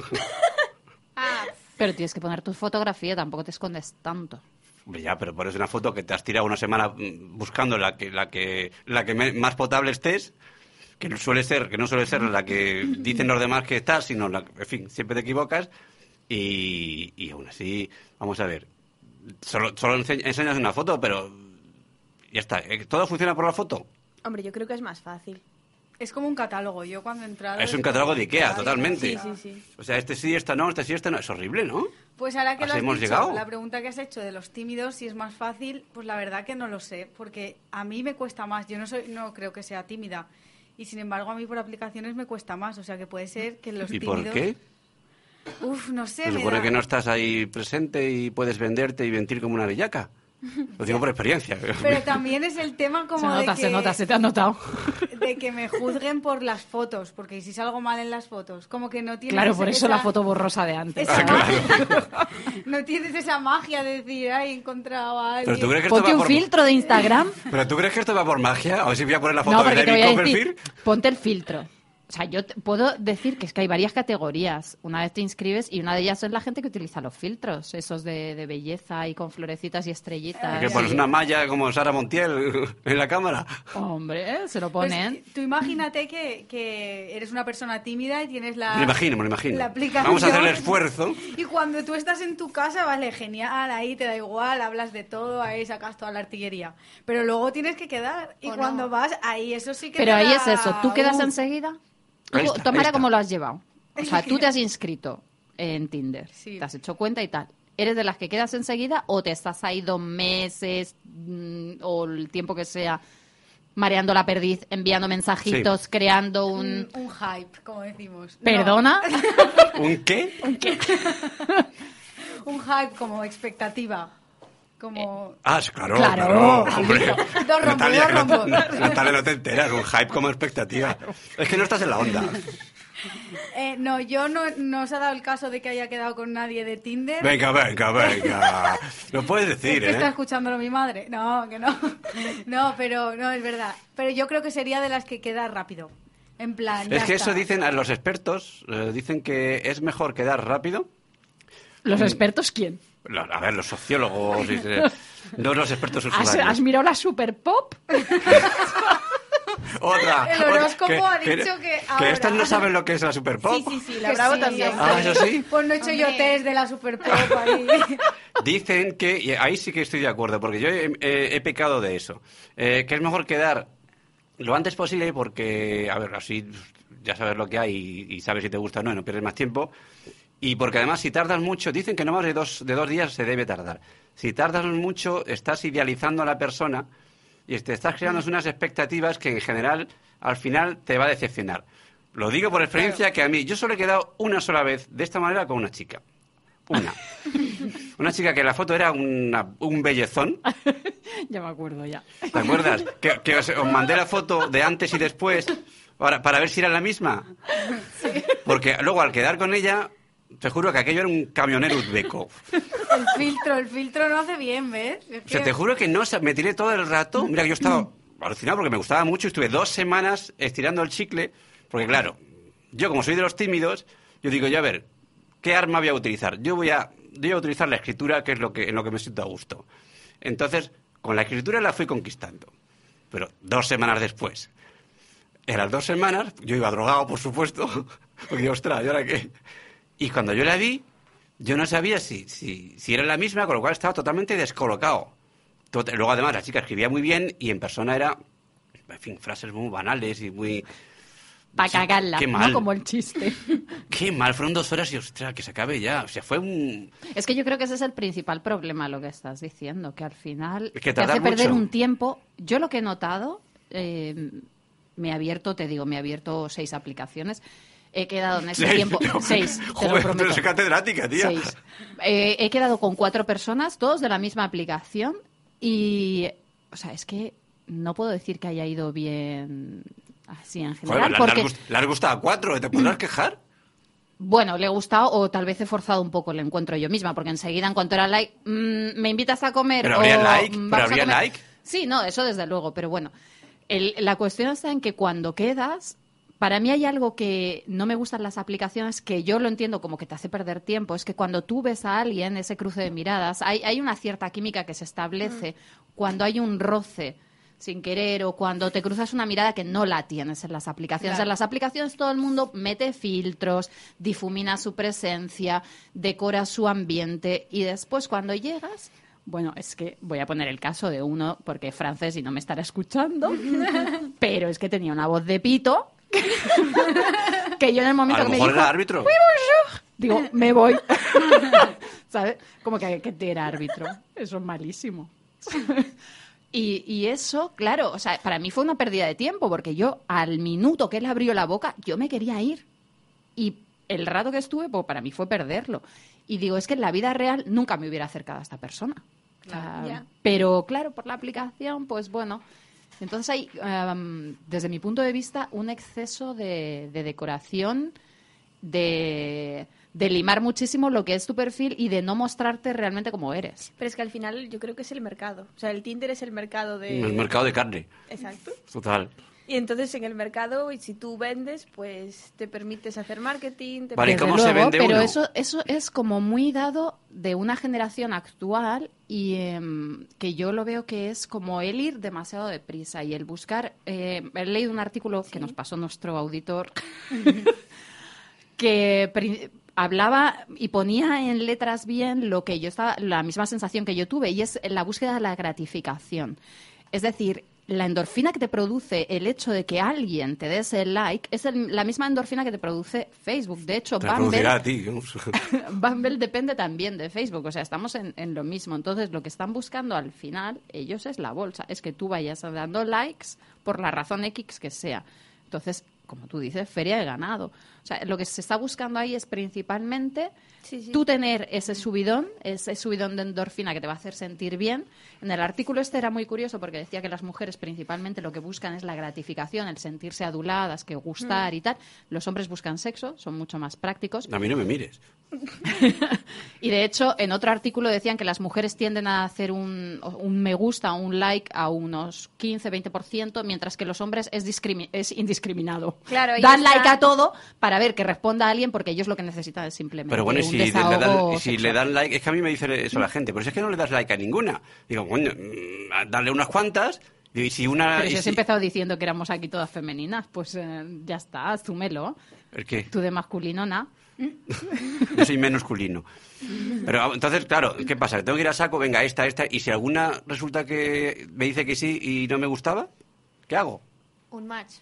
Speaker 6: Ah,
Speaker 2: Pero tienes que poner tu fotografía, tampoco te escondes tanto.
Speaker 4: Hombre, ya, pero pones una foto que te has tirado una semana mm, buscando la que, la que, la que me- más potable estés, que no suele ser, que no suele ser la que dicen los demás que estás, sino la en fin, siempre te equivocas. Y, y aún así, vamos a ver, solo, solo ense- enseñas una foto, pero ya está, eh, todo funciona por la foto.
Speaker 7: Hombre, yo creo que es más fácil.
Speaker 1: Es como un catálogo. Yo cuando he entrado...
Speaker 4: Es un catálogo de Ikea, totalmente.
Speaker 7: Sí, sí, sí.
Speaker 4: O sea, este sí, esta no, este sí, esta no. Es horrible, ¿no?
Speaker 1: Pues ahora que lo
Speaker 4: ¿Hasta
Speaker 1: has
Speaker 4: hemos
Speaker 1: dicho,
Speaker 4: llegado?
Speaker 1: la pregunta que has hecho de los tímidos, si es más fácil, pues la verdad que no lo sé, porque a mí me cuesta más. Yo no soy, no creo que sea tímida. Y sin embargo, a mí por aplicaciones me cuesta más. O sea, que puede ser que los
Speaker 4: ¿Y
Speaker 1: tímidos...
Speaker 4: por qué?
Speaker 1: Uf, no sé.
Speaker 4: Se
Speaker 1: me
Speaker 4: supone
Speaker 1: da-
Speaker 4: que no estás ahí presente y puedes venderte y mentir como una bellaca. Lo digo por experiencia.
Speaker 1: Pero también es el tema como
Speaker 2: se nota,
Speaker 1: de que...
Speaker 2: se nota, se te ha notado.
Speaker 1: de que me juzguen por las fotos, porque si salgo mal en las fotos, como que no tienes...
Speaker 2: Claro, por eso
Speaker 1: esa-
Speaker 2: la foto borrosa de antes.
Speaker 4: Ah,
Speaker 1: esa magia. no tienes esa magia de decir, ay, he encontrado a alguien.
Speaker 4: ¿Pero tú crees que esto
Speaker 2: Ponte
Speaker 4: va
Speaker 2: un
Speaker 4: por...
Speaker 2: filtro de Instagram.
Speaker 4: ¿Pero tú crees que esto va por magia? A ver si voy a poner la foto
Speaker 2: No,
Speaker 4: de
Speaker 2: porque te voy
Speaker 4: David
Speaker 2: a
Speaker 4: Copperfield.
Speaker 2: decir, ponte el filtro. O sea, yo te- puedo decir que es que hay varias categorías. Una vez te inscribes y una de ellas es la gente que utiliza los filtros, esos de, de belleza y con florecitas y estrellitas.
Speaker 4: Que pones una malla como Sara Montiel en la cámara.
Speaker 2: Hombre, se lo
Speaker 1: Pues,
Speaker 2: ponen.
Speaker 1: tú imagínate que, que eres una persona tímida y tienes la...
Speaker 4: Me lo imagino, me lo imagino.
Speaker 1: la aplicación.
Speaker 4: Vamos a hacer el esfuerzo.
Speaker 1: Y cuando tú estás en tu casa, vale, genial, ahí te da igual, hablas de todo, ahí sacas toda la artillería. Pero luego tienes que quedar y
Speaker 6: O no.
Speaker 1: cuando vas, ahí eso sí que
Speaker 2: Pero
Speaker 1: te
Speaker 2: ahí
Speaker 1: da-
Speaker 2: es eso, tú quedas
Speaker 1: Uf.
Speaker 2: enseguida.
Speaker 4: Ahí
Speaker 2: Tú-
Speaker 4: está, ahí
Speaker 2: Tómala
Speaker 4: está.
Speaker 2: como lo has llevado. O sea, tú te has inscrito en Tinder,
Speaker 1: Sí.
Speaker 2: te has hecho cuenta y tal. ¿Eres de las que quedas enseguida o te estás ahí dos meses mm, o el tiempo que sea mareando la perdiz, enviando mensajitos, creando un...
Speaker 1: un, un hype, como decimos. No,
Speaker 2: ¿Perdona?
Speaker 4: ¿Un qué?
Speaker 1: un hype como expectativa. Como...
Speaker 4: Ah, sí, claro,
Speaker 2: Claro.
Speaker 4: claro, hombre.
Speaker 1: Dos rombos,
Speaker 4: Natalia,
Speaker 1: dos
Speaker 4: que no,
Speaker 1: rombos.
Speaker 4: te- Natalia, no te enteras, un hype como expectativa. Es que no estás en la onda.
Speaker 1: Eh, no, yo no, no os ha dado el caso de que haya quedado con nadie de Tinder.
Speaker 4: Venga, venga, venga. Lo puedes decir,
Speaker 1: Es que está
Speaker 4: ¿eh?
Speaker 1: escuchándolo mi madre. No, que no. No, pero no, es verdad. Pero yo creo que sería de las que queda rápido. En plan. ya
Speaker 4: Es que
Speaker 1: está.
Speaker 4: eso dicen a los expertos, eh, dicen que es mejor quedar rápido. Mm.
Speaker 2: ¿Los expertos quién?
Speaker 4: Lo- A ver, los sociólogos, y se- no los expertos
Speaker 2: ¿Has,
Speaker 4: usuarios.
Speaker 2: has mirado la super pop?
Speaker 4: Otra,
Speaker 1: El
Speaker 4: otra,
Speaker 1: horóscopo ha dicho que ahora.
Speaker 4: estas no saben lo que es la superpop.
Speaker 7: Sí, sí, sí, la
Speaker 1: Que
Speaker 7: Bravo
Speaker 1: sí,
Speaker 7: también.
Speaker 1: hombre.
Speaker 4: Ah, eso sí.
Speaker 1: Pues no he hecho yo
Speaker 6: Hombre.
Speaker 1: test de la super pop ahí.
Speaker 4: Dicen que, y ahí sí que estoy de acuerdo, porque yo he, he- he pecado de eso, eh, que es mejor quedar lo antes posible porque, a ver, así ya sabes lo que hay y, y sabes si te gusta o no, y no pierdes más tiempo. Y porque además si tardas mucho, dicen que no más de dos, de dos días se debe tardar. Si tardas mucho, estás idealizando a la persona y te estás creando unas expectativas que en general al final te va a decepcionar. Lo digo por experiencia que a mí, yo solo he quedado una sola vez de esta manera con una chica. Una. Una chica que en la foto era una- un bellezón,
Speaker 2: ya me acuerdo ya.
Speaker 4: ¿te acuerdas? Que, que os, os mandé la foto de antes y después para, para ver si era la misma. Porque luego al quedar con ella, te juro que aquello era un camionero uzbeco.
Speaker 1: El filtro, el filtro no hace bien, ¿ves? Es
Speaker 4: O sea,
Speaker 1: que-
Speaker 4: te juro que no sa- me tiré todo el rato. Mira, yo estaba alucinado porque me gustaba mucho. Estuve dos semanas estirando el chicle. Porque, claro, yo como soy de los tímidos, yo digo, ya a ver, ¿qué arma voy a utilizar? Yo voy a, yo voy a utilizar la escritura, que es lo que, en lo que me siento a gusto. Entonces, con la escritura la fui conquistando. Pero dos semanas después. En las dos semanas, yo iba drogado, por supuesto. Porque, ostras, ¿y ahora qué? Y cuando yo la vi, yo no sabía si, si, si era la misma, con lo cual estaba totalmente descolocado. Tot- Luego, además, la chica escribía muy bien y en persona era, en fin, frases muy banales y muy...
Speaker 2: Para
Speaker 4: Sí,
Speaker 2: cagarla,
Speaker 4: qué
Speaker 2: no
Speaker 4: mal.
Speaker 2: como el chiste.
Speaker 4: Qué mal, fueron dos horas y, ostras, que se acabe ya. O sea, fue un...
Speaker 2: Es que yo creo que ese es el principal problema, lo que estás diciendo, que al final
Speaker 4: Es que
Speaker 2: te hace
Speaker 4: tardar
Speaker 2: perder
Speaker 4: mucho.
Speaker 2: un tiempo. Yo lo que he notado, eh, me he abierto, te digo, me he abierto seis aplicaciones. He quedado en ese tiempo.
Speaker 4: no.
Speaker 2: Seis, te lo
Speaker 4: Joder,
Speaker 2: prometo.
Speaker 4: pero soy catedrática, tía.
Speaker 2: Seis. Eh, he quedado con cuatro personas, todos de la misma aplicación, y. O sea, es que no puedo decir que haya ido bien así en
Speaker 4: Joder,
Speaker 2: general.
Speaker 4: la- la
Speaker 2: porque
Speaker 4: has gust- la has gustado a cuatro, ¿te podrás quejar?
Speaker 2: bueno, le he gustado o tal vez he forzado un poco el encuentro yo misma, porque enseguida en cuanto era like, mm, me invitas a comer
Speaker 4: Pero
Speaker 2: o,
Speaker 4: habría like,
Speaker 2: mm,
Speaker 4: pero
Speaker 2: vamos a
Speaker 4: habría
Speaker 2: comer.
Speaker 4: like.
Speaker 2: Sí, no, eso desde luego, pero bueno. El- la cuestión está en que cuando quedas, para mí hay algo que no me gustan las aplicaciones, que yo lo entiendo como que te hace perder tiempo, es que cuando tú ves a alguien, ese cruce de miradas, hay, hay una cierta química que se establece cuando hay un roce sin querer o cuando te cruzas una mirada que no la tienes en las aplicaciones. En las aplicaciones todo el mundo mete filtros, difumina su presencia, decora su ambiente y después cuando llegas... Bueno, es que voy a poner el caso de uno, porque es francés y no me estará escuchando, pero es que tenía una voz de pito que yo en el
Speaker 4: A
Speaker 2: momento
Speaker 4: lo
Speaker 2: que me
Speaker 4: mejor
Speaker 2: dijo,
Speaker 4: era árbitro.
Speaker 2: digo, me voy. ¿Sabes? Como que, que era árbitro. Eso es malísimo. Y, y eso, claro, o sea, para mí fue una pérdida de tiempo, porque yo al minuto que él abrió la boca, yo me quería ir. Y el rato que estuve, pues para mí fue perderlo. Y digo, es que en la vida real nunca me hubiera acercado a esta persona. O sea,
Speaker 6: ya.
Speaker 2: Pero claro, por la aplicación, pues bueno. Entonces hay, am, desde mi punto de vista, un exceso de, de decoración, de, de limar muchísimo lo que es tu perfil y de no mostrarte realmente como eres.
Speaker 7: Pero es que al final yo creo que es el mercado. O sea, el Tinder es el mercado de...
Speaker 4: El mercado de carne.
Speaker 7: Exacto.
Speaker 4: Total.
Speaker 7: Y entonces en el mercado, y si tú vendes, pues te permites hacer marketing. Te
Speaker 4: Vale, ¿y
Speaker 2: Desde
Speaker 4: cómo se
Speaker 2: luego,
Speaker 4: vende
Speaker 2: pero
Speaker 4: uno?
Speaker 2: eso eso es como muy dado de una generación actual y em, que yo lo veo que es como el ir demasiado deprisa y el buscar eh, he leído un artículo que nos pasó nuestro auditor que pri- hablaba y ponía en letras bien lo que yo estaba, la misma sensación que yo tuve, y es la búsqueda de la gratificación. Es decir, la endorfina que te produce el hecho de que alguien te dé ese like es el- la misma endorfina que te produce Facebook. De hecho,
Speaker 4: Te
Speaker 2: Bumble-
Speaker 4: producirá a ti. ¿no?
Speaker 2: Bumble depende también de Facebook, o sea, estamos en, en lo mismo. Entonces, lo que están buscando al final ellos es la bolsa, es que tú vayas dando likes por la razón X que sea. Entonces, como tú dices, feria de ganado. O sea, lo que se está buscando ahí es principalmente
Speaker 7: Sí, sí.
Speaker 2: tú tener ese subidón, ese subidón de endorfina que te va a hacer sentir bien. En el artículo este era muy curioso porque decía que las mujeres principalmente lo que buscan es la gratificación, el sentirse aduladas, que
Speaker 7: Mm.
Speaker 2: gustar y tal. Los hombres buscan sexo, son mucho más prácticos.
Speaker 4: A mí no me mires.
Speaker 2: Y de hecho, en otro artículo decían que las mujeres tienden a hacer un, un me gusta, un like a unos 15-20%, mientras que los hombres es, discrimi- es indiscriminado.
Speaker 7: Claro, ahí
Speaker 2: Dan
Speaker 7: está.
Speaker 2: like a todo para ver que responda a alguien porque ellos lo que necesitan es simplemente
Speaker 4: Pero bueno, y
Speaker 2: un
Speaker 4: si, le
Speaker 2: desahogo
Speaker 4: dan, y si le
Speaker 2: sexual.
Speaker 4: dan like, es que a mí me dicen eso la gente, pero si es que no le das like a ninguna. Digo, bueno, mm, a darle unas cuantas. Y si una.
Speaker 2: Pero
Speaker 4: y
Speaker 2: si os
Speaker 4: si-
Speaker 2: he empezado diciendo que éramos aquí todas femeninas, pues eh, ya está, asúmelo.
Speaker 4: ¿El qué?
Speaker 2: Tú de masculinona.
Speaker 4: Yo soy menos culino. Pero entonces, claro, ¿qué pasa? Que Tengo que ir a saco, venga, esta, esta. Y si alguna resulta que me dice que sí y no me gustaba, ¿qué hago?
Speaker 6: Un match.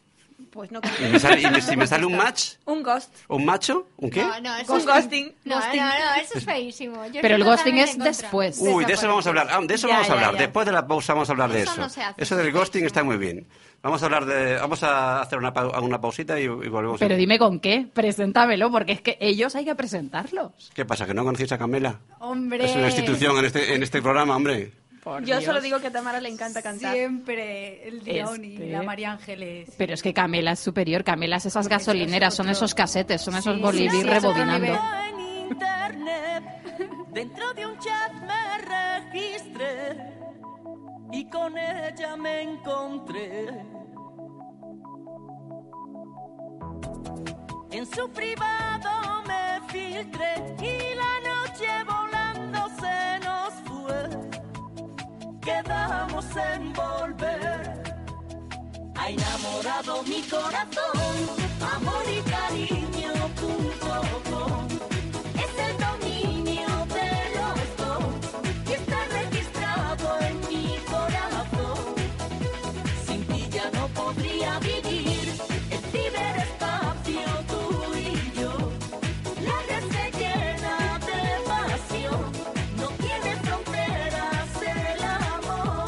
Speaker 7: Pues no.
Speaker 4: Y me sale- y me- si me sale un match,
Speaker 7: Un ghost.
Speaker 4: un macho, ¿un qué?
Speaker 6: No, no, eso
Speaker 7: Con
Speaker 6: es-
Speaker 7: ghosting.
Speaker 6: No,
Speaker 7: Ghosting.
Speaker 6: no, no, eso es feísimo. Yo
Speaker 2: Pero el
Speaker 6: estoy
Speaker 2: ghosting es
Speaker 6: totalmente en contra.
Speaker 2: después.
Speaker 4: Uy, de eso vamos a hablar. Ah, de eso
Speaker 7: Ya,
Speaker 4: vamos a
Speaker 7: ya,
Speaker 4: hablar.
Speaker 7: ya.
Speaker 4: Después de la pausa vamos a hablar de
Speaker 6: Eso
Speaker 4: eso.
Speaker 6: no se hace,
Speaker 4: eso
Speaker 6: eso
Speaker 4: del
Speaker 6: es
Speaker 4: ghosting
Speaker 6: feísimo.
Speaker 4: está muy bien. Vamos a hablar de, vamos a hacer una, pau- una pausita y, y volvemos.
Speaker 2: Pero dime con qué, preséntamelo, porque es que ellos hay que presentarlos.
Speaker 4: ¿Qué pasa? ¿Que no conocéis a Camela?
Speaker 1: Hombre.
Speaker 4: Es una institución en este, en este programa, hombre.
Speaker 2: Por
Speaker 7: Yo
Speaker 2: Dios.
Speaker 7: solo digo que a Tamara le encanta cantar.
Speaker 1: Siempre el Dion y
Speaker 2: Este.
Speaker 1: la María Ángeles.
Speaker 2: Pero es que Camela es superior. Camela es esas gasolineras, son esos casetes, son esos
Speaker 1: Sí,
Speaker 2: bolivis
Speaker 1: sí, sí, es otro
Speaker 2: rebobinando.
Speaker 1: nivel.
Speaker 8: en internet, dentro de un chat me registré y con ella me encontré. En su privado me filtré y la noche volando se nos fue. Quedamos en volver ha enamorado mi corazón. Amor y cariño punto com. Es el dominio de los dos y está registrado en mi corazón. Sin ti ya no podría vivir el ciberespacio tú y yo. La red se llena de pasión, no tiene fronteras el amor.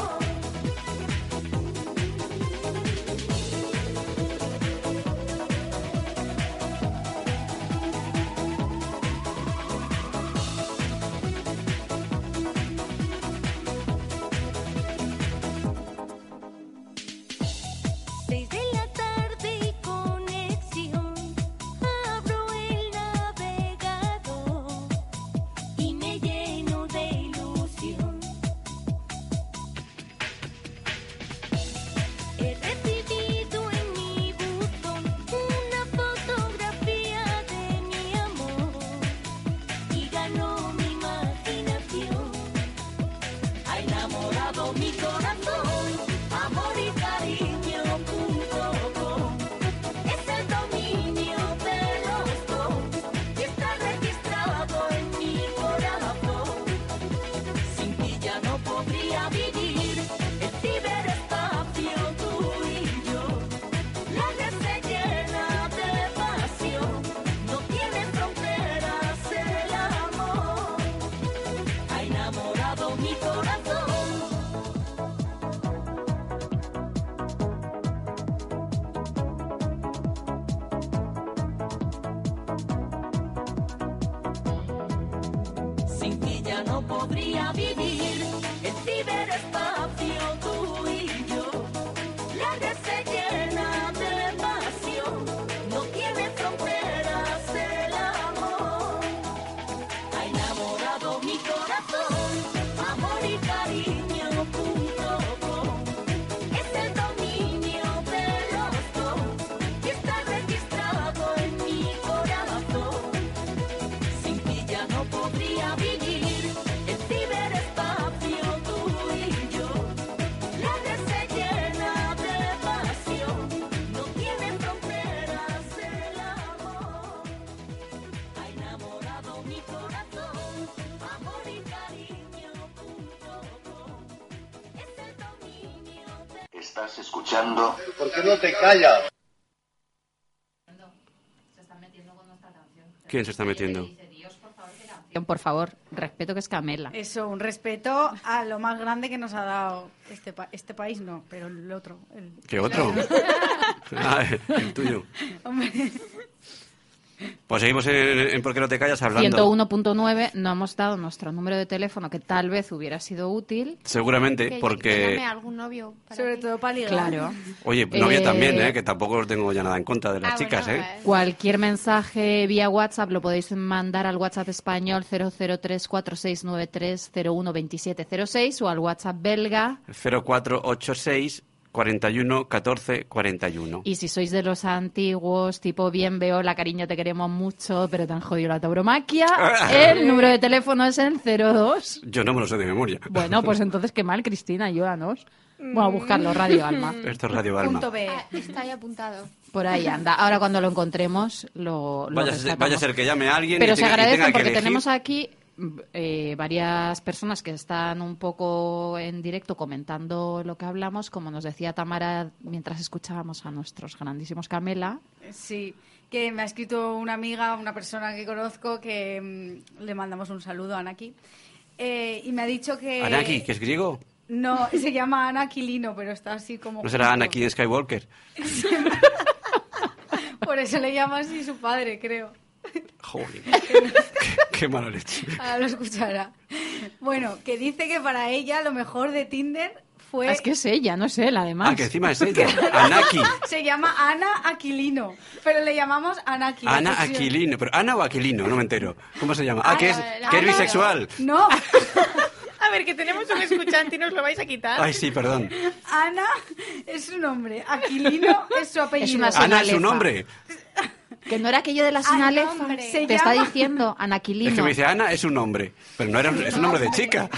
Speaker 8: ya no podría vivir. El ciberespacio tú y yo, la red se llena de pasión, no tiene fronteras el amor. Ha enamorado mi corazón, amor y cariño punto com. Es el dominio de los dos y está registrado en mi corazón. Sin ti ya no podría vivir el ciberespacio tú y yo. La red se llena de pasión, no tiene fronteras el amor. Ha enamorado mi corazón, amor y cariño punto com. Es el dominio de...
Speaker 9: Estás escuchando
Speaker 3: ¿Por qué no te callas?
Speaker 4: ¿Quién se está metiendo?
Speaker 2: Por favor, respeto que es Camela.
Speaker 1: Eso, un respeto a lo más grande que nos ha dado este, pa- este país, no, pero el otro. el-
Speaker 4: ¿Qué otro? Ah, el tuyo.
Speaker 1: Hombre,
Speaker 4: Pues seguimos en, en ¿Por qué no te callas? hablando.
Speaker 2: 101.9 no hemos dado nuestro número de teléfono que tal vez hubiera sido útil.
Speaker 4: Seguramente,
Speaker 6: Porque...
Speaker 4: porque...
Speaker 6: algún novio. para
Speaker 1: sobre
Speaker 6: ti.
Speaker 1: todo para ligar.
Speaker 2: Claro.
Speaker 4: Oye, novia
Speaker 2: Eh,
Speaker 4: también, ¿eh? Que tampoco tengo ya nada en contra de las
Speaker 6: Ah,
Speaker 4: chicas,
Speaker 6: bueno,
Speaker 4: ¿eh?
Speaker 6: eh.
Speaker 2: Cualquier mensaje vía WhatsApp lo podéis mandar al WhatsApp español 0034693012706 o al WhatsApp belga.
Speaker 4: 0486 41 14 41.
Speaker 2: Y si sois de los antiguos, tipo bien veo la cariño, te queremos mucho, pero te han jodido la tauromaquia, el número de teléfono es el 02.
Speaker 4: Yo no me lo sé de memoria.
Speaker 2: Bueno, pues entonces qué mal, Cristina, ayúdanos. Bueno, a buscarlo, Radio Alma.
Speaker 4: Esto es Radio Alma.
Speaker 1: Punto B.
Speaker 6: Ah, está ahí apuntado.
Speaker 2: Por ahí anda. Ahora cuando lo encontremos, lo, lo
Speaker 4: Vaya, a ser-
Speaker 2: rescatamos.
Speaker 4: vaya a ser que llame a alguien
Speaker 2: Pero
Speaker 4: y,
Speaker 2: se
Speaker 4: te- y tenga
Speaker 2: agradece
Speaker 4: que
Speaker 2: porque
Speaker 4: elegir.
Speaker 2: tenemos aquí eh, varias personas que están un poco en directo comentando lo que hablamos, como nos decía Tamara mientras escuchábamos a nuestros grandísimos Camela.
Speaker 1: Sí, que me ha escrito una amiga, una persona que conozco, que mm, le mandamos un saludo a Anaki. Eh, y me ha dicho que.
Speaker 4: Anaki, que es griego.
Speaker 1: No, se llama Ana Aquilino, pero está así como.
Speaker 4: ¿No será
Speaker 1: justo.
Speaker 4: Anakin Skywalker?
Speaker 1: Por eso le llama así su padre, creo.
Speaker 4: Joder. qué, qué mala leche.
Speaker 1: Ahora lo escuchará. Bueno, que dice que para ella lo mejor de Tinder fue.
Speaker 2: Ah, Es que es ella, no es él, además.
Speaker 4: Ah, que encima es ella. Anaki.
Speaker 1: Se llama Ana Aquilino, pero le llamamos Anaki.
Speaker 4: Ana
Speaker 1: atención.
Speaker 4: Aquilino. Pero Ana o Aquilino, no me entero. ¿Cómo se llama? Ah, que es,
Speaker 6: Ana,
Speaker 4: que es
Speaker 6: Ana.
Speaker 4: bisexual.
Speaker 1: No,
Speaker 7: A ver, que tenemos un escuchante y nos lo vais a quitar.
Speaker 4: Ay, sí, perdón.
Speaker 1: Ana es su nombre, Aquilino es su apellido.
Speaker 2: una sola-
Speaker 4: Ana es su
Speaker 2: Sonalefa.
Speaker 4: nombre.
Speaker 2: Que no era aquello de la sinalefa.
Speaker 6: hombre.
Speaker 2: Te
Speaker 1: Se
Speaker 2: está
Speaker 1: llama-
Speaker 2: diciendo Anaquilino.
Speaker 4: Es que me dice Ana es un nombre. Pero no era un- es un nombre de chica.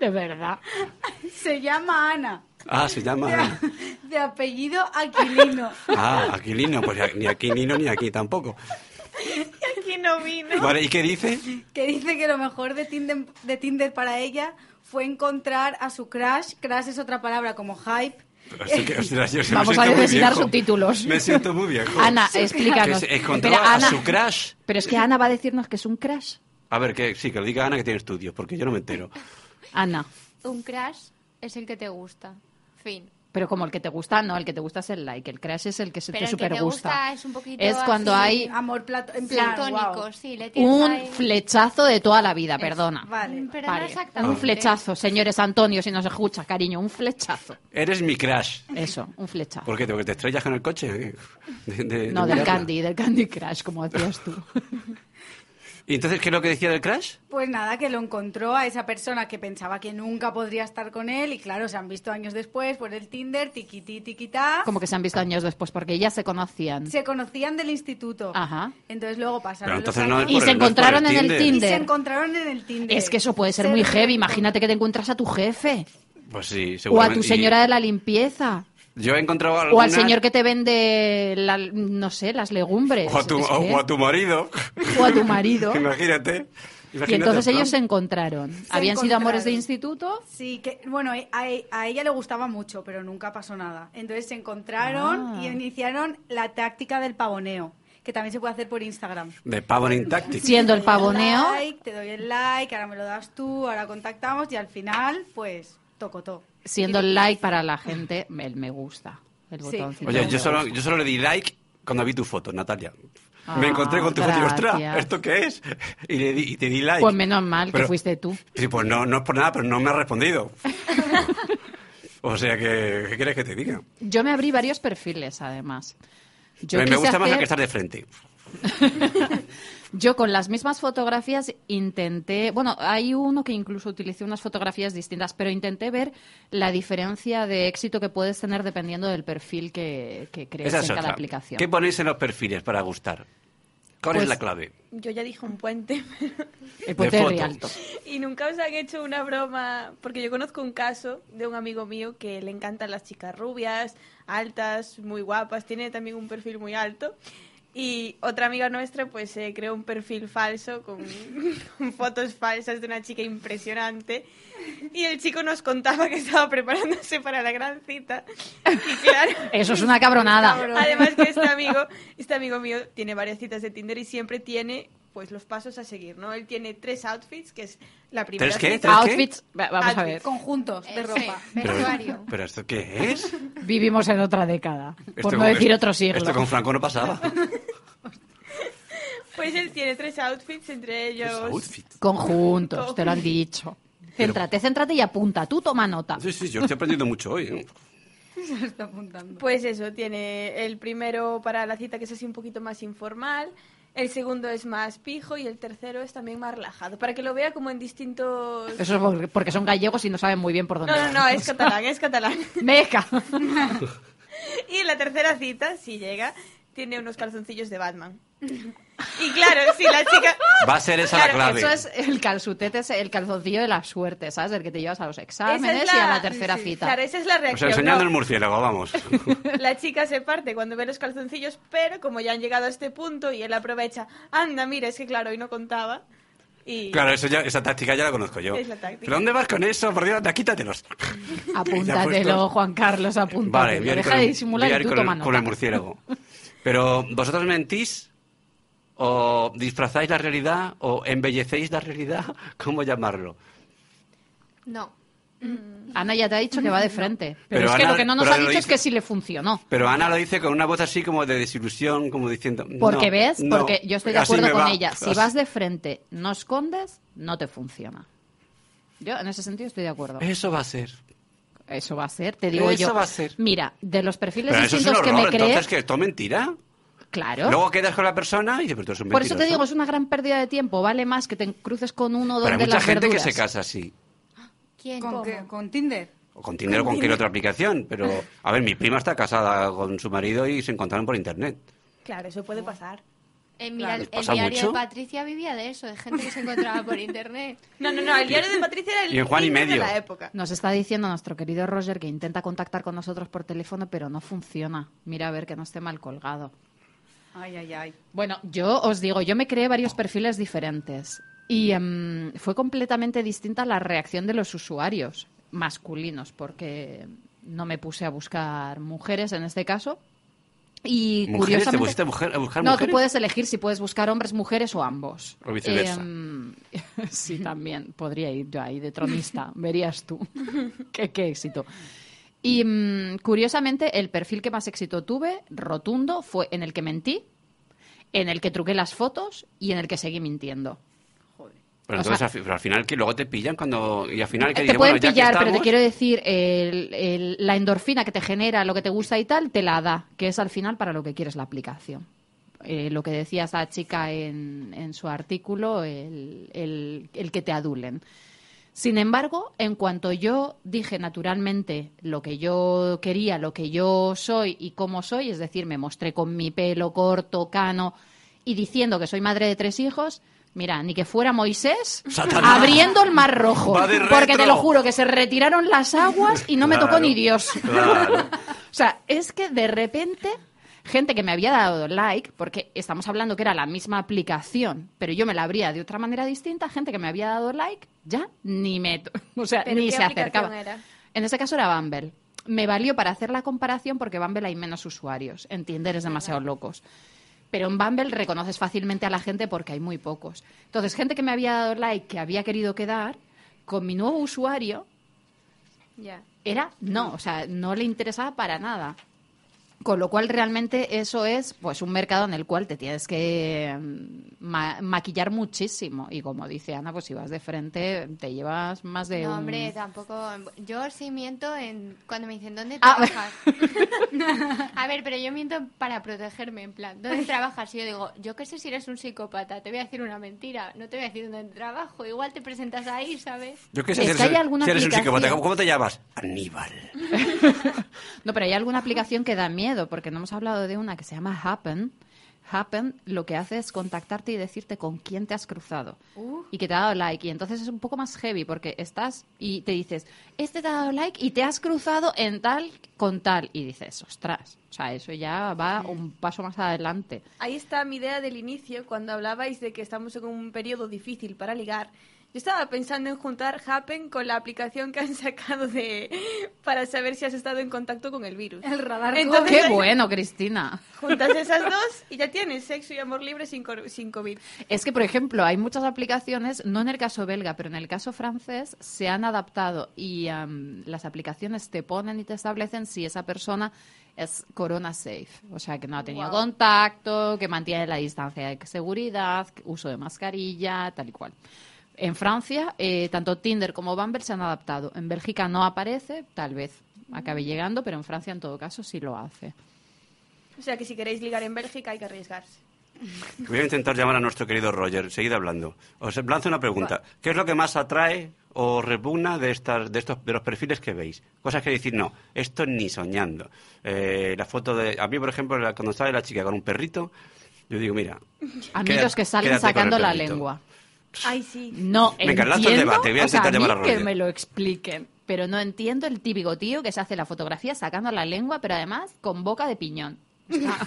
Speaker 2: De verdad.
Speaker 1: Se llama Ana,
Speaker 4: Ah, se llama Ana.
Speaker 1: de apellido Aquilino.
Speaker 4: Ah, Aquilino. Pues a- ni Aquilino ni aquí tampoco.
Speaker 7: Aquí no vino.
Speaker 4: Vale, ¿y qué dice?
Speaker 1: que dice que lo mejor de Tinder, de Tinder para ella fue encontrar a su crush. Crush es otra palabra como hype.
Speaker 4: Así que, ostras, yo me
Speaker 2: Vamos
Speaker 4: siento
Speaker 2: a
Speaker 4: muy
Speaker 2: necesitar
Speaker 4: viejo.
Speaker 2: subtítulos.
Speaker 4: Me siento muy viejo.
Speaker 2: Ana,
Speaker 4: Que
Speaker 2: explícanos.
Speaker 4: se encontró
Speaker 2: Espera,
Speaker 4: a
Speaker 2: Ana-
Speaker 4: su crush.
Speaker 2: Pero es que Ana va a decirnos que es un crash.
Speaker 4: A ver, que sí, que lo diga Ana que tiene estudios, porque yo no me entero.
Speaker 2: Ana.
Speaker 6: Un crush es el que te gusta. Fin.
Speaker 2: Pero como el que te gusta, no, el que te gusta es el like, el crash es el que se
Speaker 6: Pero
Speaker 2: te
Speaker 6: el que
Speaker 2: super
Speaker 6: te gusta es un poquito
Speaker 2: Es cuando
Speaker 6: así,
Speaker 2: hay
Speaker 1: Amor plato, en plan,
Speaker 6: Platónico,
Speaker 1: guau.
Speaker 6: sí. Le tienes
Speaker 2: un
Speaker 6: ahí-
Speaker 2: flechazo de toda la vida, perdona.
Speaker 1: Vale.
Speaker 6: Pero no
Speaker 2: Pare.
Speaker 6: exactamente.
Speaker 2: Un
Speaker 4: Ah.
Speaker 2: flechazo, señores Antonio, si nos escuchas, cariño, un flechazo.
Speaker 4: Eres mi crush.
Speaker 2: Eso, un flechazo.
Speaker 4: ¿Por qué? ¿Te, te estrellas con el coche? eh. De- de-
Speaker 2: no,
Speaker 4: de
Speaker 2: del
Speaker 4: mirarla.
Speaker 2: Candy, del Candy Crash, como decías tú.
Speaker 4: ¿Y entonces qué es lo que decía del crush?
Speaker 1: Pues nada, que lo encontró a esa persona que pensaba que nunca podría estar con él y claro, se han visto años después por el Tinder, tiquití, tiquitá.
Speaker 2: Como que se han visto años después, porque ya se conocían.
Speaker 1: Se conocían del instituto.
Speaker 2: Ajá.
Speaker 1: Entonces luego pasaron
Speaker 4: Pero
Speaker 1: los
Speaker 4: entonces no es
Speaker 1: años
Speaker 2: Y
Speaker 4: por
Speaker 2: se
Speaker 4: el- no es por
Speaker 2: encontraron en el
Speaker 1: y
Speaker 2: Tinder.
Speaker 1: se encontraron en el Tinder.
Speaker 2: Es que eso puede ser
Speaker 1: Se
Speaker 2: muy heavy,
Speaker 1: reencontraron.
Speaker 2: imagínate que te encuentras a tu jefe,
Speaker 4: Pues sí,
Speaker 2: o a
Speaker 4: seguramente.
Speaker 2: tu señora de la limpieza,
Speaker 4: Y Yo he encontrado
Speaker 2: o al
Speaker 4: algunas-
Speaker 2: señor que te vende, la- no sé, las legumbres.
Speaker 4: O a tu,
Speaker 2: es
Speaker 4: o-
Speaker 2: que-
Speaker 4: o a tu marido.
Speaker 2: o a tu marido.
Speaker 4: Imagínate.
Speaker 2: Y
Speaker 4: Imagínate,
Speaker 2: entonces
Speaker 4: ¿no?
Speaker 2: ellos se encontraron. Habían sido
Speaker 1: encontraron.
Speaker 2: amores de instituto.
Speaker 1: Sí, que bueno, eh, a, a ella le gustaba mucho, pero nunca pasó nada. Entonces se encontraron
Speaker 2: Ah.
Speaker 1: y iniciaron la táctica del pavoneo, que también se puede hacer por Instagram.
Speaker 4: De Pavoning Tactics.
Speaker 2: Siendo el
Speaker 1: Te doy
Speaker 2: pavoneo,
Speaker 1: like, te doy el like, ahora me lo das tú, ahora contactamos y al final, pues, tocotó.
Speaker 2: siendo el like para la gente, el me gusta. El
Speaker 1: Sí.
Speaker 2: botoncito.
Speaker 4: Oye,
Speaker 2: me
Speaker 4: yo solo,
Speaker 2: gusta.
Speaker 4: yo solo le di like cuando vi tu foto, Natalia. me encontré con tu foto y ostras,
Speaker 2: Ah, gracias.
Speaker 4: ¿esto qué es? Y, le di- y te di like.
Speaker 2: Pues menos mal
Speaker 4: Pero-
Speaker 2: que fuiste tú.
Speaker 4: Sí, pues no, no es por nada, pero no me ha respondido. o sea que, ¿qué quieres que te diga?
Speaker 2: Yo me abrí varios perfiles, además. Yo
Speaker 4: me me
Speaker 2: quise
Speaker 4: gusta más la
Speaker 2: hacer-
Speaker 4: que estar de frente.
Speaker 2: Yo con las mismas fotografías intenté, bueno, hay uno que incluso utilicé unas fotografías distintas, pero intenté ver la diferencia de éxito que puedes tener dependiendo del perfil que, que crees
Speaker 4: Esa
Speaker 2: en
Speaker 4: es
Speaker 2: cada
Speaker 4: otra.
Speaker 2: aplicación.
Speaker 4: ¿Qué ponéis en los perfiles para gustar? ¿Cuál es
Speaker 2: Pues-
Speaker 4: la clave?
Speaker 7: Yo ya dije un puente.
Speaker 2: El
Speaker 4: de
Speaker 2: puente de
Speaker 4: fotos?
Speaker 2: Rialto.
Speaker 7: y nunca os han hecho una broma, porque yo conozco un caso de un amigo mío que le encantan las chicas rubias, altas, muy guapas, tiene también un perfil muy alto. Y otra amiga nuestra pues se creó un perfil falso con, con fotos falsas de una chica impresionante y el chico nos contaba que estaba preparándose para la gran cita y claro
Speaker 2: Eso es una cabronada.
Speaker 7: Además que este amigo, este amigo mío tiene varias citas de Tinder y siempre tiene pues los pasos a seguir, ¿no? Él tiene tres outfits, que es la primera
Speaker 4: ¿Tres qué?
Speaker 7: cita.
Speaker 4: ¿Sabes qué?
Speaker 2: Outfits, va- vamos a ver,
Speaker 1: Conjuntos
Speaker 2: Eh,
Speaker 1: de ropa.
Speaker 4: Pero,
Speaker 6: vestuario.
Speaker 4: ¿pero esto qué es?
Speaker 2: vivimos en otra década,
Speaker 4: Esto
Speaker 2: por no
Speaker 4: con-
Speaker 2: decir
Speaker 4: esto-
Speaker 2: otro siglo.
Speaker 4: Esto con Franco no pasaba.
Speaker 7: Pues él tiene tres outfits, entre ellos...
Speaker 4: Es outfit.
Speaker 2: Conjuntos, te lo han dicho. Céntrate, céntrate y apunta, tú toma nota.
Speaker 4: Sí, sí, yo estoy aprendiendo mucho hoy. ¿eh?
Speaker 1: Se está apuntando.
Speaker 7: Pues eso, tiene el primero para la cita que es así un poquito más informal, el segundo es más pijo y el tercero es también más relajado, para que lo vea como en distintos...
Speaker 2: Eso es por- porque son gallegos y no saben muy bien por dónde
Speaker 7: No, no,
Speaker 2: van.
Speaker 7: no, es catalán, es catalán.
Speaker 2: Meca.
Speaker 7: Y en la tercera cita, si llega, tiene unos calzoncillos de Batman. Y claro, si la chica...
Speaker 4: Va a ser esa la
Speaker 7: Claro,
Speaker 4: clave.
Speaker 2: Eso es el calzutete, es el calzoncillo de la suerte, ¿sabes? El que te llevas a los exámenes
Speaker 7: Esa es
Speaker 2: y a la tercera
Speaker 7: sí, sí.
Speaker 2: cita.
Speaker 7: Claro, esa es la
Speaker 4: O sea,
Speaker 7: reacción.
Speaker 4: enseñando el
Speaker 7: ¿no?
Speaker 4: murciélago, vamos.
Speaker 7: La chica se parte cuando ve los calzoncillos, pero como ya han llegado a este punto y él aprovecha, anda, mira, es que claro, hoy no contaba. Y
Speaker 4: Claro, eso ya- esa táctica ya la conozco yo.
Speaker 7: Es la táctica.
Speaker 4: ¿Pero dónde vas con eso? Por Dios, anda, quítatelos. Ya
Speaker 2: Apúntatelo,
Speaker 4: puestos.
Speaker 2: Juan Carlos,
Speaker 4: Vale,
Speaker 2: apúntatelo.
Speaker 4: voy a ir
Speaker 2: Deja
Speaker 4: con
Speaker 2: de
Speaker 4: el-
Speaker 2: disimular
Speaker 4: voy a
Speaker 2: y
Speaker 4: ir
Speaker 2: tú
Speaker 4: con el-
Speaker 2: toma nota.
Speaker 4: con el murciélago. Pero, ¿vosotros mentís? ¿O disfrazáis la realidad? ¿O embellecéis la realidad? ¿Cómo llamarlo?
Speaker 6: No.
Speaker 2: Ana ya te ha dicho que va de frente. Pero,
Speaker 4: Pero
Speaker 2: es que
Speaker 4: Ana-
Speaker 2: lo que no nos
Speaker 4: pero
Speaker 2: ha
Speaker 4: lo
Speaker 2: dicho es
Speaker 4: dice-
Speaker 2: que sí le funcionó.
Speaker 4: Pero Ana lo dice con una voz así como de desilusión, como diciendo...
Speaker 2: Porque
Speaker 4: "No,
Speaker 2: ves,
Speaker 4: no,
Speaker 2: porque yo estoy de
Speaker 4: así
Speaker 2: acuerdo
Speaker 4: me
Speaker 2: con
Speaker 4: va".
Speaker 2: ella. Si vas de frente, no escondes, no te funciona. Yo en ese sentido estoy de acuerdo.
Speaker 4: Eso va a ser.
Speaker 2: Eso va a ser, te digo
Speaker 4: Eh. Eso
Speaker 2: yo.
Speaker 4: va a ser.
Speaker 2: Mira, de los perfiles
Speaker 4: Pero eso es un
Speaker 2: distintos que me
Speaker 4: horror,
Speaker 2: crees,
Speaker 4: entonces que esto es mentira.
Speaker 2: claro.
Speaker 4: Luego quedas con la persona y dices, pero tú eres un
Speaker 2: Por eso te
Speaker 4: mentiroso".
Speaker 2: digo, es una gran pérdida de tiempo. Vale más que te cruces con uno o dos
Speaker 4: Pero hay
Speaker 2: de
Speaker 4: mucha
Speaker 2: las
Speaker 4: gente
Speaker 2: verduras.
Speaker 4: que se casa así.
Speaker 6: ¿Quién?
Speaker 1: ¿Con,
Speaker 6: ¿Cómo?
Speaker 1: qué? ¿Con Tinder?
Speaker 4: O con Tinder o con cualquier otra aplicación. Pero, a ver, mi prima está casada con su marido y se encontraron por internet.
Speaker 7: claro, eso puede pasar.
Speaker 6: Eh, mira,
Speaker 4: ¿Les
Speaker 6: el,
Speaker 4: pasa
Speaker 6: diario
Speaker 4: mucho?
Speaker 6: de Patricia vivía de eso, de gente que se encontraba por internet.
Speaker 7: No, no, no, el diario de Patricia era el
Speaker 4: Y en Juan y
Speaker 7: Tinder
Speaker 4: medio.
Speaker 7: de la época.
Speaker 2: Nos está diciendo nuestro querido Roger que intenta contactar con nosotros por teléfono, pero no funciona. Mira a ver que no esté mal colgado.
Speaker 1: Ay, ay, ay.
Speaker 2: Bueno, yo os digo, yo me creé varios perfiles diferentes y em, fue completamente distinta la reacción de los usuarios masculinos, porque no me puse a buscar mujeres en este caso. Y
Speaker 4: ¿Mujeres? ¿Te
Speaker 2: curiosamente,
Speaker 4: pusiste a, mujer- a buscar
Speaker 2: no,
Speaker 4: mujeres?
Speaker 2: tú puedes elegir si puedes buscar hombres, mujeres o ambos.
Speaker 4: O viceversa.
Speaker 2: Em, sí, también. Podría ir yo ahí de tronista. Verías tú. qué, qué éxito. Y mm, curiosamente, el perfil que más éxito tuve, rotundo, fue en el que mentí, en el que truqué las fotos y en el que seguí mintiendo.
Speaker 4: Pero,
Speaker 2: o sea-
Speaker 4: entonces,
Speaker 2: Eh,
Speaker 4: al fi- pero al final, que luego te pillan cuando... Y al final, que
Speaker 2: Te
Speaker 4: dices,
Speaker 2: pueden
Speaker 4: bueno, ya que
Speaker 2: pillar, pero te
Speaker 4: estamos-
Speaker 2: quiero decir, el- el- la endorfina que te genera, lo que te gusta y tal, te la da, que es al final para lo que quieres la aplicación. Eh, lo que decía esa chica en, en su artículo, el, el- el que te adulen. Sin embargo, en cuanto yo dije naturalmente lo que yo quería, lo que yo soy y cómo soy, es decir, me mostré con mi pelo corto, cano y diciendo que soy madre de tres hijos, mira, ni que fuera Moisés
Speaker 4: Satanás.
Speaker 2: abriendo el mar rojo.
Speaker 4: Va de
Speaker 2: Porque te
Speaker 4: retro.
Speaker 2: lo juro que se retiraron las aguas y no me tocó
Speaker 4: Claro,
Speaker 2: ni Dios. O
Speaker 4: claro.
Speaker 2: sea, es que de repente, gente que me había dado like, porque estamos hablando que era la misma aplicación, pero yo me la abría de otra manera distinta, gente que me había dado like, ya ni me. to- O sea,
Speaker 7: ¿Pero
Speaker 2: ni
Speaker 7: qué
Speaker 2: se acercaba.
Speaker 7: aplicación era?
Speaker 2: En ese caso era Bumble. Me valió para hacer la comparación porque Bumble hay menos usuarios. En Tinder es demasiado locos. Pero en Bumble reconoces fácilmente a la gente porque hay muy pocos. Entonces, gente que me había dado like, que había querido quedar, con mi nuevo usuario,
Speaker 7: Ya.
Speaker 2: era no, o sea, no le interesaba para nada. Con lo cual realmente eso es pues un mercado en el cual te tienes que mm, ma- maquillar muchísimo y como dice Ana, pues si vas de frente te llevas más de
Speaker 6: No,
Speaker 2: un-
Speaker 6: hombre, tampoco. em, Yo sí miento en cuando me dicen dónde
Speaker 2: Ah,
Speaker 6: trabajas. a ver, pero yo miento para protegerme, en plan, ¿dónde trabajas? Y yo digo, yo qué sé si eres un psicópata, te voy a decir una mentira, no te voy a decir dónde trabajo, igual te presentas ahí, ¿sabes?
Speaker 4: Yo qué
Speaker 2: Es
Speaker 4: sé, si
Speaker 2: que hay
Speaker 4: eres,
Speaker 2: alguna
Speaker 4: si eres un
Speaker 2: aplicación.
Speaker 4: psicópata, ¿cómo, cómo te llamas? Aníbal.
Speaker 2: No, pero hay alguna aplicación que da miedo, porque no hemos hablado de una que se llama Happen. Happen lo que hace es contactarte y decirte con quién te has cruzado y que te ha dado like. Y entonces es un poco más heavy porque estás y te dices, este te ha dado like y te has cruzado en tal con tal. Y dices, ostras, o sea, eso ya va un paso más adelante.
Speaker 7: Ahí está mi idea del inicio, cuando hablabais de que estamos en un periodo difícil para ligar. Yo estaba pensando en juntar Happen con la aplicación que han sacado de para saber si has estado en contacto con el virus.
Speaker 1: El radar
Speaker 7: Entonces,
Speaker 2: ¡Qué
Speaker 7: ahí
Speaker 2: bueno, Cristina!
Speaker 7: Juntas esas dos y ya tienes sexo y amor libre sin, cor- sin COVID.
Speaker 2: Es que, por ejemplo, hay muchas aplicaciones, no en el caso belga, pero en el caso francés, se han adaptado y am, las aplicaciones te ponen y te establecen si esa persona es corona safe, o sea, que no ha tenido contacto, que mantiene la distancia de seguridad, uso de mascarilla, tal y cual. En Francia, eh, tanto Tinder como Bumble se han adaptado. En Bélgica no aparece, tal vez acabe llegando, pero en Francia, en todo caso, sí lo hace.
Speaker 7: O sea que si queréis ligar en Bélgica hay que arriesgarse.
Speaker 4: Voy a intentar llamar a nuestro querido Roger, seguid hablando. Os lanzo una pregunta. ¿Qué es lo que más atrae o repugna de, estas, de, estos, de los perfiles que veis? Cosas que decir, no, esto ni soñando. Eh, la foto de... A mí, por ejemplo, la- cuando sale la chica con un perrito, yo digo, mira...
Speaker 2: Amigos que salen
Speaker 4: quédate con el
Speaker 2: sacando la
Speaker 4: perrito.
Speaker 2: lengua.
Speaker 7: Ay, sí.
Speaker 2: No
Speaker 4: Venga, lanza el
Speaker 2: entiendo,
Speaker 4: debate, voy a
Speaker 2: o sea,
Speaker 4: intentar llamar
Speaker 2: mí
Speaker 4: a Roger.
Speaker 2: que me lo expliquen. Pero no entiendo el típico tío que se hace la fotografía sacando la lengua, pero además con boca de piñón. O sea,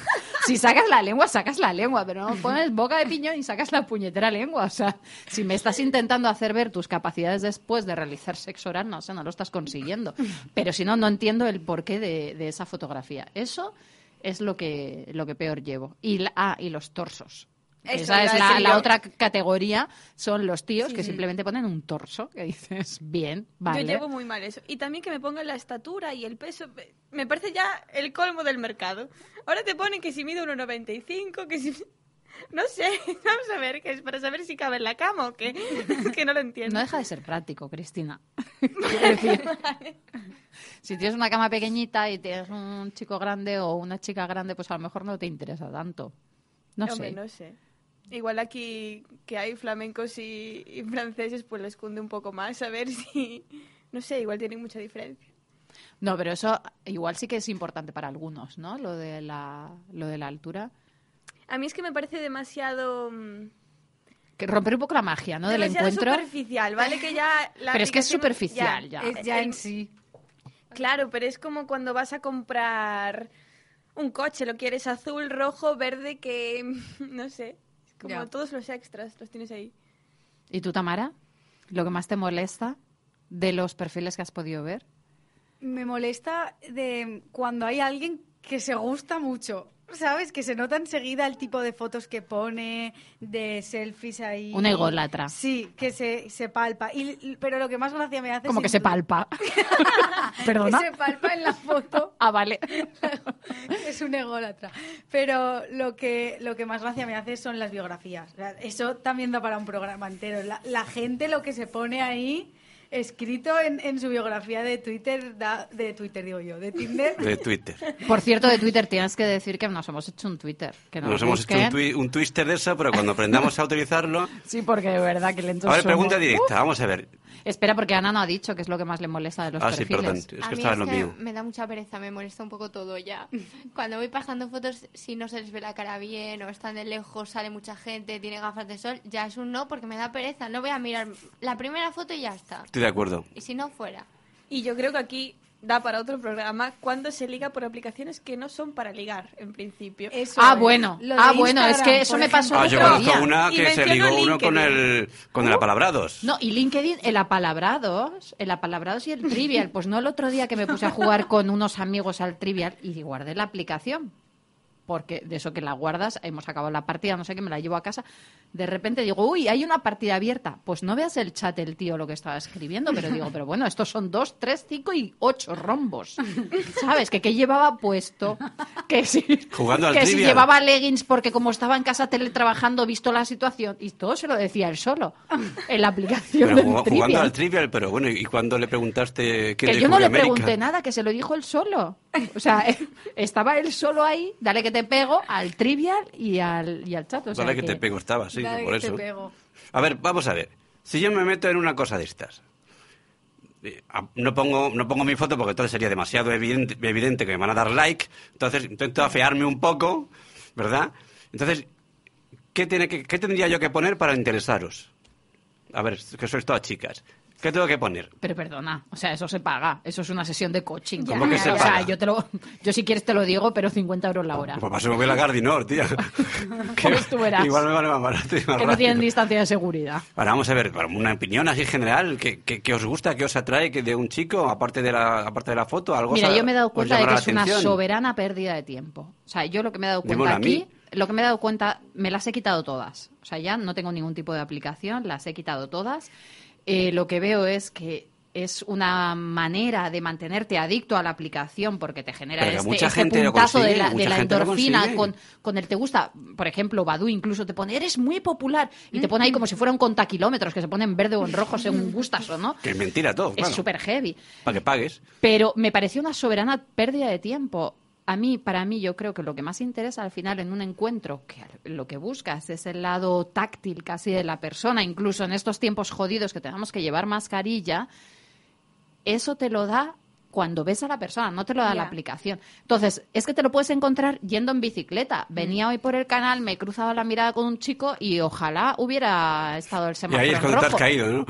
Speaker 2: si sacas la lengua, sacas la lengua, pero no pones boca de piñón y sacas la puñetera lengua. O sea, si me estás intentando hacer ver tus capacidades después de realizar sexo oral, no, o sea, no lo estás consiguiendo. Pero si no, no entiendo el porqué de, de esa fotografía. Eso es lo que, lo que peor llevo. Y, la- ah, y los torsos.
Speaker 7: Eso
Speaker 2: Esa
Speaker 7: iba
Speaker 2: es
Speaker 7: a
Speaker 2: la,
Speaker 7: decir
Speaker 2: la
Speaker 7: yo.
Speaker 2: otra c- categoría son los tíos
Speaker 7: Sí,
Speaker 2: que
Speaker 7: sí.
Speaker 2: simplemente ponen un torso, que dices, bien, vale.
Speaker 7: Yo llevo muy mal eso. Y también que me pongan la estatura y el peso. me- Me parece ya el colmo del mercado. Ahora te ponen que si mide 1,95, que si... No sé, vamos a ver, que es para saber si cabe en la cama o qué. Es que no lo entiendo.
Speaker 2: No deja de ser práctico, Cristina. Quiero decir, si tienes una cama pequeñita y tienes un chico grande o una chica grande, pues a lo mejor no te interesa tanto. No
Speaker 7: Hombre,
Speaker 2: sé.
Speaker 7: no sé. Igual aquí que hay flamencos y, y franceses, pues les cunde un poco más a ver si... No sé, igual tienen mucha diferencia.
Speaker 2: No, pero eso igual sí que es importante para algunos, ¿no? Lo de la, lo de la altura.
Speaker 7: A mí es que me parece demasiado... mm,
Speaker 2: Que romper un poco la magia, ¿no? Del
Speaker 7: demasiado
Speaker 2: encuentro.
Speaker 7: superficial, ¿vale? Que ya la
Speaker 2: Pero es que es
Speaker 7: aplicación-
Speaker 2: superficial, ya. eh,
Speaker 1: Es ya en sí.
Speaker 7: Claro, pero es como cuando vas a comprar un coche, lo quieres azul, rojo, verde, que no sé, es como
Speaker 1: Ya.
Speaker 7: todos los extras los tienes ahí.
Speaker 2: ¿Y tú, Tamara? ¿Lo que más te molesta de los perfiles que has podido ver?
Speaker 1: Me molesta de cuando hay alguien que se gusta mucho. ¿Sabes? Que se nota enseguida el tipo de fotos que pone, de selfies ahí.
Speaker 2: Un ególatra.
Speaker 1: Sí, que se, se palpa. Y, pero lo que más gracia me hace
Speaker 2: Como
Speaker 1: sin
Speaker 2: que se
Speaker 1: duda,
Speaker 2: palpa.
Speaker 1: Que
Speaker 2: Perdona.
Speaker 1: se palpa en la foto.
Speaker 2: Ah, vale.
Speaker 1: es un ególatra. Pero lo que, lo que más gracia me hace son las biografías. O sea, Eso también da para un programa entero. La, la gente lo que se pone ahí escrito en, en su biografía de Twitter, da- de Twitter digo yo, de Tinder,
Speaker 4: De Twitter.
Speaker 2: Por cierto, de Twitter tienes que decir que nos hemos hecho un Twitter. Que nos,
Speaker 4: Nos hemos hecho un,
Speaker 2: busquen.
Speaker 4: twi- un twister de eso, pero cuando aprendamos a utilizarlo...
Speaker 2: Sí, porque de verdad que lentos
Speaker 4: A ver,
Speaker 2: somos.
Speaker 4: pregunta directa, vamos a ver.
Speaker 2: Espera, porque Ana no ha dicho que es lo que más le molesta de los
Speaker 4: Ah, sí, perdón,
Speaker 2: perfiles.
Speaker 4: es que
Speaker 6: a mí
Speaker 4: estaba en lo
Speaker 6: es que
Speaker 4: mío.
Speaker 6: me da mucha pereza, me molesta un poco todo ya. Cuando voy pasando fotos, si no se les ve la cara bien o están de lejos, sale mucha gente, tiene gafas de sol, ya es un no porque me da pereza. No voy a mirar la primera foto y ya está.
Speaker 4: Estoy de acuerdo.
Speaker 6: Y si no fuera.
Speaker 7: Y yo creo que aquí da para otro programa cuando se liga por aplicaciones que no son para ligar en principio.
Speaker 1: Eso
Speaker 2: Ah,
Speaker 1: es.
Speaker 2: bueno.
Speaker 1: Lo de
Speaker 2: Ah, bueno, es
Speaker 1: Instagram,
Speaker 2: que eso
Speaker 1: por
Speaker 2: me pasó
Speaker 4: Ah,
Speaker 2: el
Speaker 4: yo
Speaker 2: otro
Speaker 4: conozco
Speaker 2: día.
Speaker 4: una
Speaker 7: Y
Speaker 4: que se
Speaker 7: menciono
Speaker 4: ligó uno con
Speaker 7: LinkedIn.
Speaker 4: el, con el apalabrados.
Speaker 2: Oh. No, y LinkedIn, el apalabrados, el apalabrados y el trivial. Pues no el otro día que me puse a jugar con unos amigos al trivial y guardé la aplicación. porque de eso que la guardas, hemos acabado la partida, no sé qué, me la llevo a casa. De repente digo, uy, hay una partida abierta. Pues no veas el chat el tío lo que estaba escribiendo, pero digo, pero bueno, estos son dos, tres, cinco y ocho rombos. ¿Sabes? Que qué llevaba puesto, que si,
Speaker 4: Jugando al
Speaker 2: que si
Speaker 4: trivial.
Speaker 2: llevaba leggings porque como estaba en casa teletrabajando, visto la situación, y todo se lo decía él solo, en la aplicación
Speaker 4: Pero
Speaker 2: del
Speaker 4: jugó- jugando
Speaker 2: trivial.
Speaker 4: al trivial, pero bueno, ¿y cuando le preguntaste qué
Speaker 2: Que yo no
Speaker 4: descubre
Speaker 2: le
Speaker 4: América?
Speaker 2: pregunté nada, que se lo dijo él solo. O sea, eh, estaba él solo ahí, dale que te pego, al trivial y al, y al chat. O sea,
Speaker 4: Dale que,
Speaker 2: que-
Speaker 4: te pego, estaba, sí,
Speaker 1: Dale
Speaker 4: por
Speaker 1: que te
Speaker 4: eso.
Speaker 1: pego.
Speaker 4: A ver, vamos a ver. Si yo me meto en una cosa de estas, eh, a- no pongo, no pongo mi foto porque entonces sería demasiado evidente, evidente que me van a dar like, entonces intento afearme un poco, ¿verdad? Entonces, ¿qué, tiene que- qué tendría yo que poner para interesaros? A ver, que sois todas chicas. ¿Qué tengo que poner?
Speaker 2: Pero perdona, o sea, eso se paga. Eso es una sesión de coaching.
Speaker 4: ¿Cómo que se
Speaker 2: o
Speaker 4: paga?
Speaker 2: sea, yo, te lo, yo si quieres te lo digo, pero 50 euros la hora.
Speaker 4: Pues para eso me voy a la Gardinor, tía. Que
Speaker 2: Pues tú verás.
Speaker 4: Igual me vale más barato y más
Speaker 2: Que no
Speaker 4: rápido.
Speaker 2: tienen distancia de seguridad.
Speaker 4: Ahora vamos a ver, para una opinión así general, ¿qué, qué, qué os gusta, qué os atrae que de un chico, aparte de la, aparte de la foto? Algo
Speaker 2: Mira,
Speaker 4: os-
Speaker 2: yo me he dado
Speaker 4: os
Speaker 2: cuenta de
Speaker 4: llamará
Speaker 2: que
Speaker 4: la
Speaker 2: es una
Speaker 4: atención?
Speaker 2: soberana pérdida de tiempo. O sea, yo lo que me he dado
Speaker 4: Dímelo
Speaker 2: cuenta
Speaker 4: a mí.
Speaker 2: aquí, lo que me he dado cuenta, me las he quitado todas. O sea, ya no tengo ningún tipo de aplicación, las he quitado todas. Eh, lo que veo es que es una manera de mantenerte adicto a la aplicación porque te genera
Speaker 4: Pero que
Speaker 2: este,
Speaker 4: mucha
Speaker 2: este
Speaker 4: gente lo
Speaker 2: puntazo de
Speaker 4: consigue,
Speaker 2: la, de
Speaker 4: mucha
Speaker 2: la
Speaker 4: gente lo
Speaker 2: endorfina
Speaker 4: consigue.
Speaker 2: con, con el te gusta. Por ejemplo, Badu incluso te pone, eres muy popular, y te pone ahí como si fuera un contakilómetros que se pone en verde o en rojo según gustas o no.
Speaker 4: Que es mentira todo,
Speaker 2: Es
Speaker 4: claro.
Speaker 2: súper heavy.
Speaker 4: Para que pagues.
Speaker 2: Pero me pareció una soberana pérdida de tiempo. A mí, para mí, yo creo que lo que más interesa al final en un encuentro, que lo que buscas es el lado táctil casi de la persona, incluso en estos tiempos jodidos que tenemos que llevar mascarilla, eso te lo da cuando ves a la persona, no te lo da la
Speaker 7: Ya.
Speaker 2: aplicación. Entonces, es que te lo puedes encontrar yendo en bicicleta. Venía hoy por el canal, me he cruzado la mirada con un chico y ojalá hubiera estado el
Speaker 4: Y
Speaker 2: semáforo
Speaker 4: ahí es
Speaker 2: en
Speaker 4: cuando te has
Speaker 2: rojo.
Speaker 4: caído, ¿no?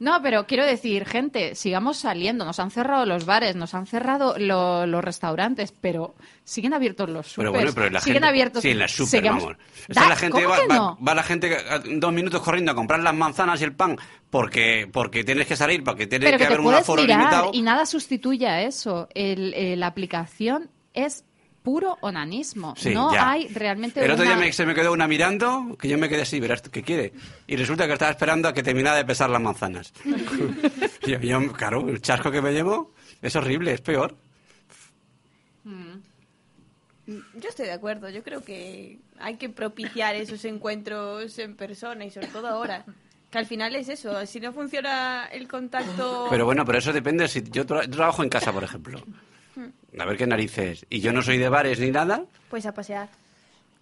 Speaker 2: No, pero quiero decir, gente, sigamos saliendo. Nos han cerrado los bares, nos han cerrado lo- los restaurantes, pero siguen abiertos los
Speaker 4: Pero
Speaker 2: supers.
Speaker 4: bueno, pero la
Speaker 2: siguen
Speaker 4: gente...
Speaker 2: abiertos.
Speaker 4: Sí, en la super,
Speaker 2: Sigamos-
Speaker 4: vamos.
Speaker 2: Da,
Speaker 4: Esa la gente
Speaker 2: ¿cómo
Speaker 4: va,
Speaker 2: que
Speaker 4: va-
Speaker 2: no?
Speaker 4: va la gente a- a- dos minutos corriendo a comprar las manzanas y el pan porque, porque tienes que salir, porque tienes
Speaker 2: pero que, te
Speaker 4: haber un
Speaker 2: puedes
Speaker 4: aforo
Speaker 2: mirar
Speaker 4: limitado.
Speaker 2: y nada sustituye a eso. El- eh, la aplicación es puro onanismo.
Speaker 4: Sí,
Speaker 2: no
Speaker 4: ya.
Speaker 2: hay realmente
Speaker 4: El otro
Speaker 2: una-
Speaker 4: día me- se me quedó una mirando que yo me quedé así, verás qué quiere. Y resulta que estaba esperando a que terminara de pesar las manzanas. yo, yo, claro, el chasco que me llevo es horrible, es peor.
Speaker 7: Mm, Yo estoy de acuerdo, yo creo que hay que propiciar esos encuentros en persona y sobre todo ahora. Que al final es eso, si no funciona el contacto...
Speaker 4: Pero bueno, pero eso depende. Si yo, tra- yo trabajo en casa, por ejemplo. A ver qué narices. Y yo no soy de bares ni nada,
Speaker 7: Pues a pasear.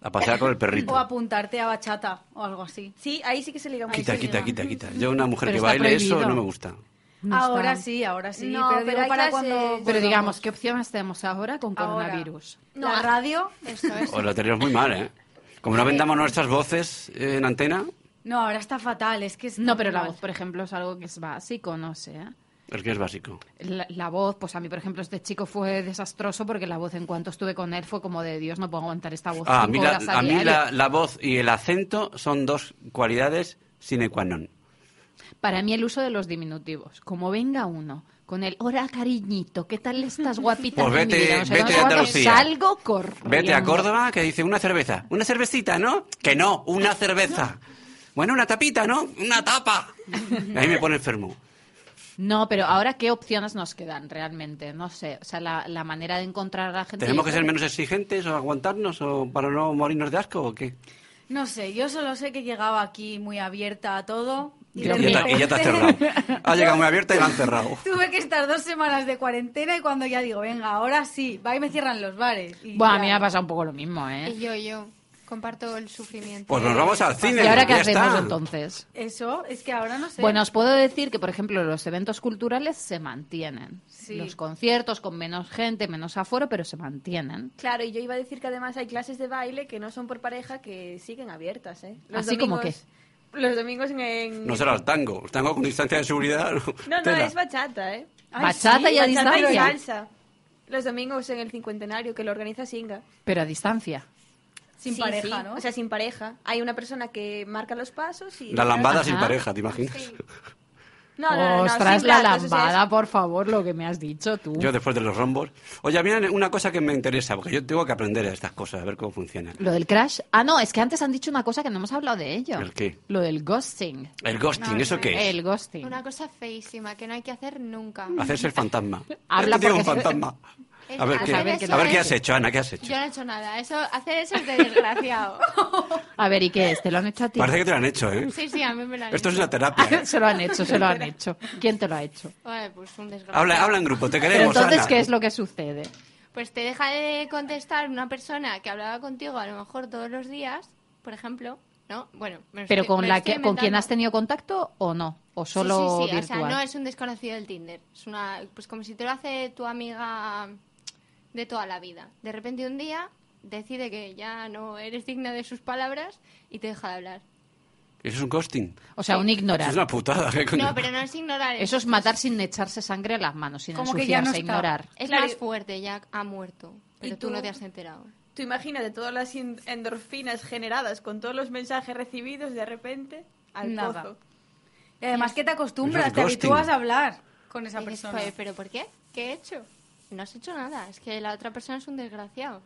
Speaker 4: a pasear con el
Speaker 1: O
Speaker 4: perrito.
Speaker 1: aentarte a bachata o algo así.
Speaker 7: Sí, ahí sí que se liga mucho.
Speaker 4: Quita, quita, quita, quita. Yo una mujer
Speaker 2: Pero
Speaker 4: que
Speaker 2: está
Speaker 4: baile eso
Speaker 2: prohibido.
Speaker 4: no me gusta.
Speaker 2: No
Speaker 1: ahora
Speaker 2: está.
Speaker 1: sí, ahora sí.
Speaker 7: No,
Speaker 1: pero,
Speaker 7: pero
Speaker 1: digo,
Speaker 7: hay
Speaker 1: para
Speaker 7: clases-
Speaker 1: cuando.
Speaker 2: Pero digamos, ¿qué opciones tenemos ahora con
Speaker 1: Ahora.
Speaker 2: coronavirus?
Speaker 1: No, la radio.
Speaker 6: Eso es.
Speaker 4: Os lo tenemos muy mal, ¿eh? Como no vendamos nuestras voces eh, en antena,
Speaker 1: No, ahora está fatal. Es que es
Speaker 2: No, pero la
Speaker 1: fatal.
Speaker 2: voz, por ejemplo, es algo que es básico, no sé. ¿eh?
Speaker 4: es que es básico.
Speaker 2: La, la voz, pues a mí, por ejemplo, este chico fue desastroso porque la voz, en cuanto estuve con él, fue como de Dios, no puedo aguantar esta voz.
Speaker 4: Ah, a
Speaker 2: cinco
Speaker 4: mí, la,
Speaker 2: horas a
Speaker 4: a mí
Speaker 2: diario".
Speaker 4: la- la voz y el acento son dos cualidades sine qua non.
Speaker 2: Para mí, el uso de los diminutivos. Como venga uno con el hola cariñito, ¿qué tal estás guapita?
Speaker 4: Pues
Speaker 2: de mi
Speaker 4: vete-
Speaker 2: vida?", no sé cuánto,
Speaker 4: vete a
Speaker 2: cuánto,
Speaker 4: Andalucía.
Speaker 2: Salgo corriendo.
Speaker 4: Vete a Córdoba que dice una cerveza. Una cervecita, ¿no? Que no, una cerveza. Bueno, una tapita, ¿no? Una tapa. Ahí me pone enfermo.
Speaker 2: No, pero ahora, ¿qué opciones nos quedan realmente? No sé. O sea, la, la manera de encontrar a la gente.
Speaker 4: ¿Tenemos
Speaker 2: yo
Speaker 4: que
Speaker 2: creo
Speaker 4: ser menos exigentes o aguantarnos o para no morirnos de asco o qué?
Speaker 1: No sé, yo solo sé que llegaba aquí muy abierta a todo.
Speaker 4: Y ya, y
Speaker 1: de
Speaker 4: ya te- y ya te has cerrado.
Speaker 1: repente
Speaker 4: Ha llegado muy abierta y la han cerrado.
Speaker 1: Tuve que estar dos semanas de cuarentena y cuando ya digo, venga, ahora sí, va y me cierran los bares. Y
Speaker 2: Bueno, a
Speaker 1: ya.
Speaker 2: mí me ha pasado un poco lo mismo, ¿eh?
Speaker 6: Y yo, yo. Comparto el sufrimiento.
Speaker 4: Pues nos vamos al
Speaker 2: ¿Y
Speaker 4: cine.
Speaker 2: ahora qué
Speaker 4: ya
Speaker 2: hacemos
Speaker 4: está.
Speaker 2: entonces?
Speaker 1: Eso, es que ahora no sé.
Speaker 2: Bueno, os puedo decir que, por ejemplo, los eventos culturales se mantienen.
Speaker 1: Sí.
Speaker 2: Los conciertos con menos gente, menos aforo, pero se mantienen.
Speaker 7: Claro, y yo iba a decir que además hay clases de baile que no son por pareja que siguen abiertas, ¿eh?
Speaker 2: ¿Así como
Speaker 7: qué? Los domingos en... en-
Speaker 4: No será el tango. El tango con distancia de seguridad.
Speaker 7: No, no,
Speaker 4: tela.
Speaker 7: es bachata, ¿eh?
Speaker 1: Ay,
Speaker 2: bachata
Speaker 1: sí,
Speaker 2: y a
Speaker 7: Bachata y
Speaker 2: distancia.
Speaker 7: salsa. Los domingos en el cincuentenario que lo organiza Singa.
Speaker 2: Pero a distancia.
Speaker 1: sin
Speaker 7: Sí,
Speaker 1: pareja,
Speaker 7: sí.
Speaker 1: ¿no?
Speaker 7: O sea, sin pareja. Hay una persona que marca los pasos y...
Speaker 4: La lambada sin
Speaker 2: Ajá.
Speaker 4: pareja, ¿te imaginas?
Speaker 7: No, no, no, no,
Speaker 2: Ostras,
Speaker 7: sin
Speaker 2: la
Speaker 7: platos, o sea,
Speaker 2: lambada, por favor, lo que me has dicho tú.
Speaker 4: Yo después de los rombos. Oye, a mí una cosa que me interesa, porque yo tengo que aprender a estas cosas, a ver cómo funciona.
Speaker 2: Lo del crash. Ah, no, es que antes han dicho una cosa que no hemos hablado de ello.
Speaker 4: ¿El qué?
Speaker 2: Lo del ghosting.
Speaker 4: El ghosting,
Speaker 6: No,
Speaker 4: ¿eso
Speaker 6: no,
Speaker 4: qué es?
Speaker 2: El ghosting.
Speaker 6: Una cosa feísima que no hay que hacer nunca.
Speaker 4: Hacerse el fantasma.
Speaker 2: Habla
Speaker 4: Yo tengo un
Speaker 2: porque-
Speaker 4: fantasma.
Speaker 6: Es
Speaker 4: A ver, qué,
Speaker 6: hacer eso
Speaker 4: a ver
Speaker 6: es-
Speaker 4: qué has hecho, Ana, ¿qué has hecho?
Speaker 6: Yo no he hecho nada. Eso, hacer eso es de desgraciado.
Speaker 2: A ver, ¿y qué es? ¿Te lo han hecho a ti?
Speaker 4: Parece que te lo han hecho, ¿eh?
Speaker 6: Sí, sí, a mí me lo han
Speaker 4: Esto es
Speaker 6: hecho.
Speaker 4: una terapia. ¿eh?
Speaker 2: se lo han hecho, se lo han hecho. ¿Quién te lo ha hecho?
Speaker 6: Vale, pues un desgraciado.
Speaker 4: Habla, habla en grupo, te
Speaker 2: Pero
Speaker 4: queremos,
Speaker 2: entonces,
Speaker 4: Ana.
Speaker 2: ¿qué es lo que sucede?
Speaker 6: Pues te deja de contestar una persona que hablaba contigo a lo mejor todos los días, por ejemplo, ¿no? Bueno, me lo
Speaker 2: ¿Pero
Speaker 6: estoy-
Speaker 2: con,
Speaker 6: me lo
Speaker 2: la que,
Speaker 6: estoy
Speaker 2: con quien
Speaker 6: inventando.
Speaker 2: has tenido contacto o no? ¿O
Speaker 6: Sí,
Speaker 2: solo
Speaker 6: sí, sí,
Speaker 2: virtual?
Speaker 6: O sea, no es un desconocido del Tinder. Es una, pues como si te lo hace tu amiga de toda la vida. De repente un día decide que ya no eres digna de sus palabras y te deja de hablar.
Speaker 4: Eso es un ghosting.
Speaker 2: O sea, un
Speaker 4: Eso es
Speaker 2: ignorar.
Speaker 4: una putada. ¿eh? ¿qué coño?
Speaker 6: No, pero no es ignorar.
Speaker 2: Eso es matar sin echarse sangre a las manos, sin
Speaker 1: Como que ya no
Speaker 2: ensuciarse,
Speaker 1: está.
Speaker 2: ignorar.
Speaker 6: Es
Speaker 7: Claro,
Speaker 6: más
Speaker 7: y-
Speaker 6: fuerte, ya ha muerto. Pero tú?
Speaker 7: tú?
Speaker 6: no te has enterado.
Speaker 7: Tú imagínate todas las in- endorfinas generadas con todos los mensajes recibidos de repente al
Speaker 1: Nada.
Speaker 7: pozo.
Speaker 1: Y además que te
Speaker 4: Eso
Speaker 1: acostumbras,
Speaker 4: es
Speaker 1: te
Speaker 4: ghosting.
Speaker 1: habitúas a hablar con esa
Speaker 6: Y dices,
Speaker 1: persona.
Speaker 6: "Joder, ¿Pero por qué? ¿Qué he hecho? No has hecho nada. Es que la otra persona es un desgraciado.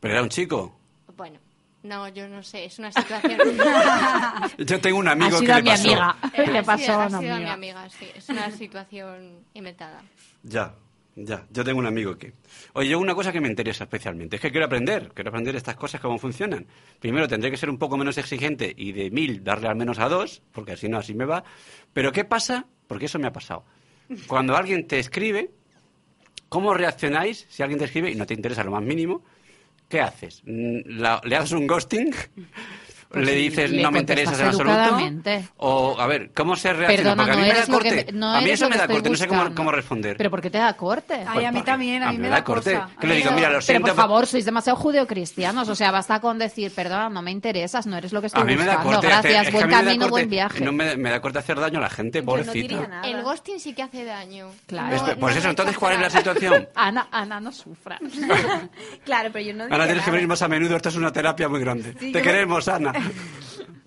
Speaker 4: Pero era un chico.
Speaker 6: Bueno, no, yo no sé. Es una situación.
Speaker 4: Yo tengo un
Speaker 2: Ha
Speaker 4: amigo que
Speaker 2: sido a
Speaker 4: le
Speaker 2: mi
Speaker 4: pasó.
Speaker 2: amiga.
Speaker 6: Eh,
Speaker 2: Le
Speaker 6: ha
Speaker 2: pasó
Speaker 6: sido-
Speaker 2: a
Speaker 6: ha
Speaker 2: una
Speaker 6: sido mi
Speaker 2: amiga.
Speaker 6: amiga, sí. Es una situación inventada.
Speaker 4: Ya, ya. Yo tengo un amigo que. Oye, yo una cosa que me interesa especialmente es que quiero aprender. Quiero aprender estas cosas, cómo funcionan. Primero tendré que ser un poco menos exigente y de mil darle al menos a dos, porque así no, así me va. Pero ¿qué pasa? Porque eso me ha pasado. Cuando alguien te escribe, ¿cómo reaccionáis si alguien te escribe y no te interesa lo más mínimo? ¿Qué haces? Mm, la- ¿Le haces un ghosting?
Speaker 2: Pues
Speaker 4: ¿Le dices
Speaker 2: le
Speaker 4: no me interesas en
Speaker 2: contestas
Speaker 4: absoluto?
Speaker 2: educadamente.
Speaker 4: O, a ver, ¿cómo se reacciona?
Speaker 2: Perdona,
Speaker 4: Porque a mí
Speaker 2: no
Speaker 4: me da
Speaker 2: eres lo
Speaker 4: corte.
Speaker 2: que, no
Speaker 4: a mí
Speaker 2: eres
Speaker 4: eso
Speaker 2: lo
Speaker 4: me
Speaker 2: que
Speaker 4: da
Speaker 2: estoy
Speaker 4: corte, no sé cómo,
Speaker 2: buscando.
Speaker 4: cómo responder.
Speaker 2: ¿Pero por qué te da corte?
Speaker 1: Ay,
Speaker 4: Pues
Speaker 1: a mí también, a mí me da cosa.
Speaker 4: Que le digo,
Speaker 1: Pero-
Speaker 4: mira, lo siento,
Speaker 2: pero por
Speaker 4: pero-
Speaker 2: favor, sois demasiado judeocristianos. O sea, basta con decir, perdona, no me interesas, no eres lo que estoy
Speaker 4: a mí me da
Speaker 2: buscando.
Speaker 4: corte. hacer-
Speaker 2: Gracias,
Speaker 4: es que a
Speaker 2: buen
Speaker 4: mí me da
Speaker 2: camino,
Speaker 4: corte-
Speaker 2: buen viaje.
Speaker 4: No me, me da corte hacer daño a la gente, pobrecita.
Speaker 7: diría nada.
Speaker 6: El ghosting sí que hace daño.
Speaker 2: Claro.
Speaker 6: No-
Speaker 4: Esto-
Speaker 6: no
Speaker 4: pues eso,
Speaker 6: rechazar.
Speaker 4: entonces, ¿cuál es la situación?
Speaker 2: Ana, Ana, no sufra.
Speaker 7: Claro, pero yo no diría
Speaker 4: Ana, tienes que venir
Speaker 7: nada.
Speaker 4: más a menudo. Esto es una terapia muy grande.
Speaker 1: Sí,
Speaker 4: Te
Speaker 1: yo-
Speaker 4: queremos, Ana.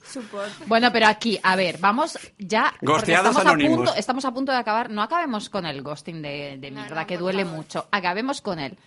Speaker 7: Support.
Speaker 2: Bueno, pero aquí, a ver, vamos ya. porque
Speaker 4: Ghosteados
Speaker 2: estamos a,
Speaker 4: anónimos.
Speaker 2: punto, estamos a punto de acabar. No acabemos con el ghosting de, de
Speaker 6: No,
Speaker 2: mierda,
Speaker 6: no,
Speaker 2: que
Speaker 6: por
Speaker 2: duele
Speaker 6: favor.
Speaker 2: mucho. Acabemos con él.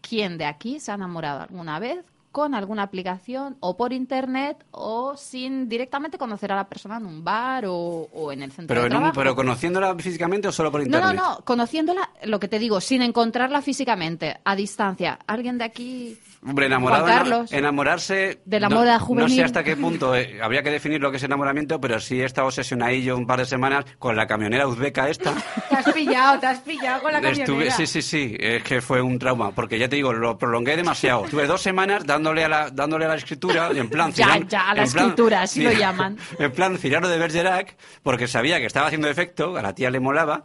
Speaker 2: ¿Quién de aquí se ha enamorado alguna vez con alguna aplicación o por internet o sin directamente conocer a la persona en un bar o, o en el centro
Speaker 4: Pero,
Speaker 2: de
Speaker 4: en un-
Speaker 2: trabajo?
Speaker 4: pero conociéndola físicamente o solo por
Speaker 2: no, no,
Speaker 4: internet.
Speaker 2: no, conociéndola, lo que te digo, sin encontrarla físicamente, a distancia. ¿Alguien de aquí?
Speaker 4: Hombre, enamorado,
Speaker 2: Juan
Speaker 4: ena-
Speaker 2: Carlos.
Speaker 4: enamorarse...
Speaker 2: De la
Speaker 4: no-
Speaker 2: moda
Speaker 4: No
Speaker 2: juvenil.
Speaker 4: sé hasta qué punto eh, habría que definir lo que es enamoramiento, pero sí he estado obsesionadillo yo un par de semanas con la camionera uzbeca esta.
Speaker 1: Te has pillado, te has pillado con la camionera.
Speaker 4: Estuve, sí, sí, sí, es que fue un trauma, porque ya te digo, lo prolongué demasiado. Estuve dos semanas dándole a la, dándole a la escritura, en plan...
Speaker 2: Ya,
Speaker 4: Cyrano-
Speaker 2: ya, a la
Speaker 4: en plan-
Speaker 2: escritura, así
Speaker 4: sí,
Speaker 2: lo llaman.
Speaker 4: En plan Cirano de Bergerac, porque sabía que estaba haciendo efecto, a la tía le molaba,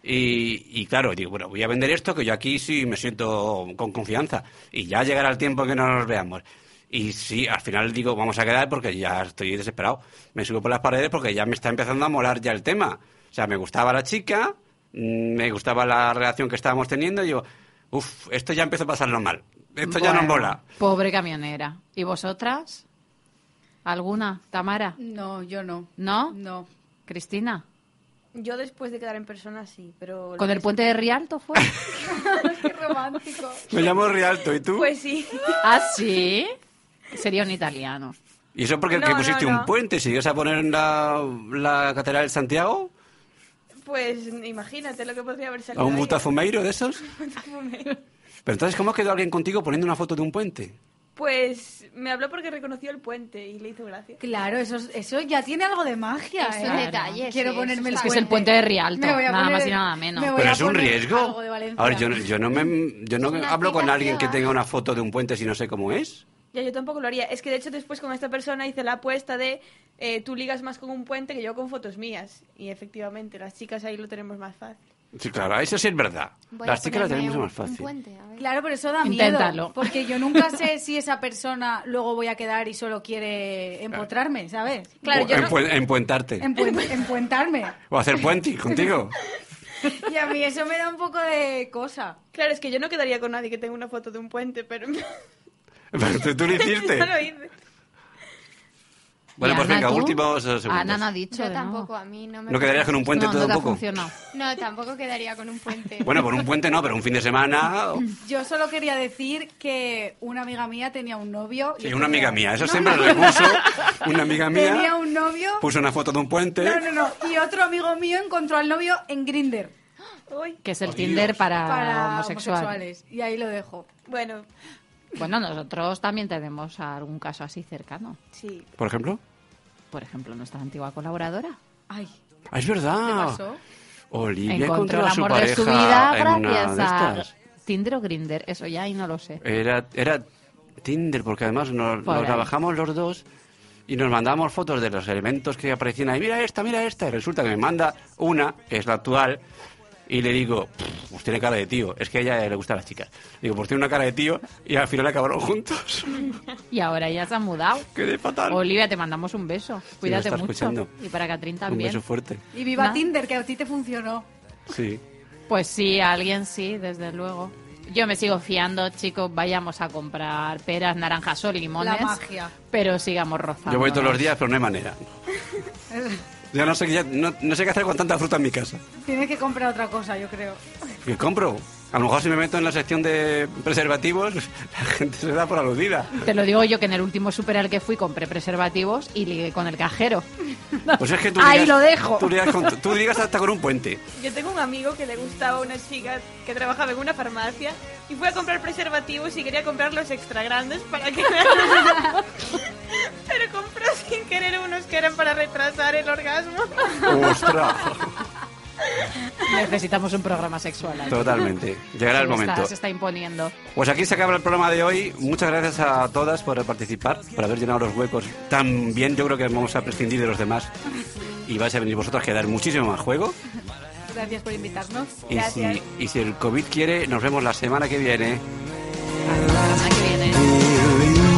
Speaker 4: y, y claro, digo, bueno, voy a vender esto, que yo aquí sí me siento con confianza, y ya llegará el tiempo que no nos veamos. Y sí, al final digo, vamos a quedar porque ya estoy desesperado. Me subo por las paredes porque ya me está empezando a molar ya el tema. O sea, me gustaba la chica, mm, me gustaba la relación que estábamos teniendo, y digo, uff, esto ya empezó a pasarlo mal. Esto ya no
Speaker 2: Bueno,
Speaker 4: mola.
Speaker 2: Pobre camionera. ¿Y vosotras? ¿Alguna? ¿Tamara?
Speaker 1: No, yo no.
Speaker 2: ¿No?
Speaker 1: No.
Speaker 2: ¿Cristina?
Speaker 7: Yo después de quedar en persona sí, pero...
Speaker 2: ¿Con el puente de Rialto fue?
Speaker 1: Qué romántico.
Speaker 4: Me llamo Rialto, ¿y tú?
Speaker 7: Pues sí.
Speaker 2: ¿Ah, sí? Sería un italiano.
Speaker 4: ¿Y eso porque
Speaker 7: No,
Speaker 4: que
Speaker 7: no,
Speaker 4: pusiste un
Speaker 7: no.
Speaker 4: puente? ¿Si ibas a poner la, la Catedral de Santiago?
Speaker 7: Pues imagínate lo que podría haber
Speaker 4: ¿A
Speaker 7: salido.
Speaker 4: un
Speaker 7: ahí.
Speaker 4: butafumeiro de esos? Pero entonces, ¿cómo quedó alguien contigo poniendo una foto de un puente?
Speaker 7: Pues me habló porque reconoció el puente y le hizo gracia.
Speaker 1: Claro, eso, es- eso ya tiene algo de magia.
Speaker 6: Es un
Speaker 1: ¿eh?
Speaker 6: detalle,
Speaker 1: Quiero
Speaker 6: sí,
Speaker 1: ponerme
Speaker 6: eso
Speaker 1: el
Speaker 6: está
Speaker 2: Es el puente de Rialto,
Speaker 1: Me voy a
Speaker 2: nada
Speaker 1: poner-
Speaker 2: más y nada menos.
Speaker 1: me voy
Speaker 4: Pero
Speaker 1: a
Speaker 4: es un
Speaker 1: poner
Speaker 4: riesgo.
Speaker 1: algo de Valencia.
Speaker 4: A ver, yo, no- yo no, me, yo no
Speaker 6: Es una
Speaker 4: hablo con alguien que
Speaker 6: aspiración.
Speaker 4: tenga una foto de un puente si no sé cómo es.
Speaker 7: Ya, yo tampoco lo haría. Es que de hecho después con esta persona hice la apuesta de eh, tú ligas más con un puente que yo con fotos mías. Y efectivamente, las chicas ahí lo tenemos más fácil.
Speaker 4: Sí, claro, eso sí es verdad.
Speaker 6: Voy a
Speaker 4: Las chicas las
Speaker 6: ponerme
Speaker 4: tenemos
Speaker 6: un-
Speaker 4: más
Speaker 6: Un
Speaker 4: fácil.
Speaker 6: puente, a ver.
Speaker 1: Claro, pero eso da
Speaker 2: Inténtalo.
Speaker 1: miedo. Porque yo nunca sé si esa persona luego voy a quedar y solo quiere empotrarme, ¿sabes?
Speaker 7: Claro,
Speaker 4: O
Speaker 7: yo no-
Speaker 4: empuen- Empuentarte.
Speaker 1: Empuen- empuentarme.
Speaker 4: O hacer puente contigo.
Speaker 1: Y a mí eso me da un poco de cosa.
Speaker 7: Claro, es que yo no quedaría con nadie que tenga una foto de un puente, pero...
Speaker 4: Pero tú, tú lo hiciste.
Speaker 7: no lo hice.
Speaker 4: Bueno,
Speaker 2: ¿Y
Speaker 4: pues
Speaker 2: Ana,
Speaker 4: venga,
Speaker 2: tú?
Speaker 4: últimos eh, segundos.
Speaker 2: Ana Ah, no ha dicho.
Speaker 6: Yo
Speaker 2: que no.
Speaker 6: tampoco, a mí no me.
Speaker 4: ¿No quedarías con un puente
Speaker 2: no,
Speaker 4: todo
Speaker 2: no te
Speaker 4: un
Speaker 2: ha
Speaker 4: poco?
Speaker 2: funcionado.
Speaker 6: No, tampoco quedaría con un puente.
Speaker 4: Bueno, por un puente no, pero un fin de semana. o-
Speaker 1: Yo solo quería decir que una amiga mía tenía un novio. y
Speaker 4: Sí,
Speaker 1: este
Speaker 4: una amiga
Speaker 1: tío-
Speaker 4: mía, eso
Speaker 1: No,
Speaker 4: siempre
Speaker 1: no,
Speaker 4: lo recurso. Una amiga
Speaker 1: Tenía
Speaker 4: mía
Speaker 1: un novio.
Speaker 4: puso una foto de un puente.
Speaker 1: No, no, no. Y otro amigo mío encontró al novio en Grinder
Speaker 7: Uy.
Speaker 2: Que es el Tinder para,
Speaker 1: para
Speaker 2: homosexuales.
Speaker 1: homosexuales. Y ahí lo dejo.
Speaker 7: Bueno,
Speaker 2: Bueno, nosotros también tenemos algún caso así cercano.
Speaker 7: sí.
Speaker 4: Por ejemplo.
Speaker 2: Por ejemplo, nuestra antigua colaboradora.
Speaker 1: Ay,
Speaker 4: Ah, es
Speaker 1: ¿qué
Speaker 4: verdad.
Speaker 1: pasó?
Speaker 4: Olivia
Speaker 2: Encontró
Speaker 4: encontró
Speaker 2: el
Speaker 4: a su
Speaker 2: amor de
Speaker 4: pareja
Speaker 2: su vida
Speaker 4: en una de
Speaker 2: gracias a
Speaker 4: estas.
Speaker 2: Tinder o Grinder. Eso ya y no lo sé.
Speaker 4: Era, era Tinder, porque además nos,
Speaker 2: Por
Speaker 4: nos
Speaker 2: ahí.
Speaker 4: trabajamos los dos y nos mandábamos fotos de los elementos que aparecían ahí. Mira esta, mira esta. Y resulta que me manda una, que es la actual, y le digo, "Pff, pues tiene cara de tío. Es que a ella le gustan las chicas. Digo, pues tiene una cara de tío y al final acabaron juntos.
Speaker 2: Y ahora ya se ha mudado.
Speaker 4: Quedé fatal.
Speaker 2: Olivia, te mandamos un beso. Cuídate
Speaker 4: está
Speaker 2: mucho.
Speaker 4: escuchando.
Speaker 2: Y para Catrín
Speaker 4: Un
Speaker 2: también.
Speaker 4: beso fuerte.
Speaker 1: Y viva
Speaker 2: Na-
Speaker 1: Tinder, que a ti te funcionó.
Speaker 4: Sí.
Speaker 2: Pues sí, a alguien sí, desde luego. Yo me sigo fiando, chicos, vayamos a comprar peras, naranjas o limones.
Speaker 1: La magia.
Speaker 2: Pero sigamos rozando.
Speaker 4: Yo voy todos los días, pero no hay manera. Ya no sé, qué- ya no, no sé qué hacer con tanta fruta en mi casa.
Speaker 1: Tienes que comprar otra cosa, yo creo.
Speaker 4: ¿Qué compro? A lo mejor si me meto en la sección de preservativos, la gente se da por aludida.
Speaker 2: Te lo digo yo que en el último super al que fui compré preservativos y ligué con el cajero.
Speaker 4: Pues es que tú
Speaker 2: Ahí
Speaker 4: ligas-
Speaker 2: lo dejo.
Speaker 4: Tú ligas, con- tú ligas hasta con un puente.
Speaker 7: Yo tengo un amigo que le gustaba una chica que trabajaba en una farmacia y fue a comprar preservativos y quería comprar los extra grandes para que... Pero compró sin querer unos que eran para retrasar el orgasmo.
Speaker 4: ¡Ostras!
Speaker 2: Necesitamos un programa sexual. ahí.
Speaker 4: Totalmente. Llegará el
Speaker 2: Se está-
Speaker 4: momento.
Speaker 2: se está imponiendo.
Speaker 4: Pues aquí se acaba el programa de hoy. Muchas gracias a todas por participar, por haber llenado los huecos tan bien. Yo creo que vamos a prescindir de los demás. Y vais a venir vosotras que dar muchísimo más juego.
Speaker 1: Gracias por invitarnos.
Speaker 4: Y si, y si el COVID quiere, nos vemos la semana que viene.
Speaker 2: Semana que viene.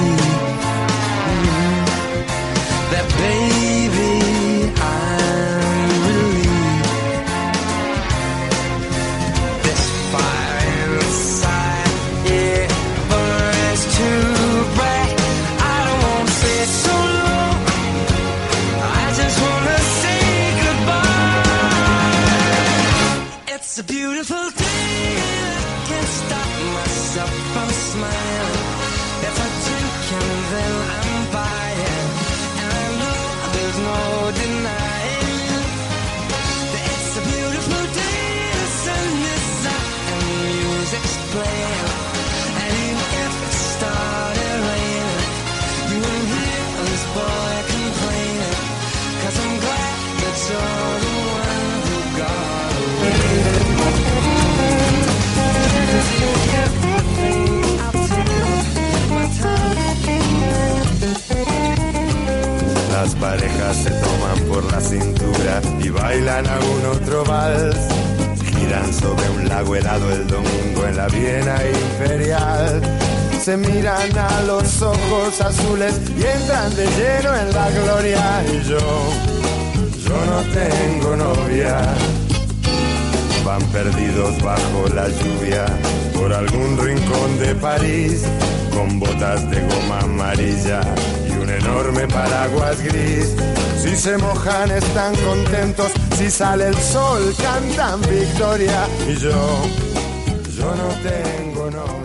Speaker 5: that baby I'm relieved. This fire inside, it burns too bright. I don't want to stay so long. I just want to say goodbye. It's a beautiful day. and I can't stop myself from smiling. If I drink and then I'm buying, and I know there's no denying that it's a beautiful day. The sun is up and music's playing, and even if it started raining, you will hear this boy complaining. Cause I'm glad that you're the one who got away.
Speaker 9: Las parejas se toman por la cintura y bailan algún otro vals. Giran sobre un lago helado el domingo en la Viena Imperial. Se miran a los ojos azules y entran de lleno en la gloria. Y yo, yo no tengo novia. Van perdidos bajo la lluvia por algún rincón de París, con botas de goma amarilla y un enorme paraguas gris. Si se mojan están contentos, si sale el sol cantan victoria y yo, yo no tengo novia.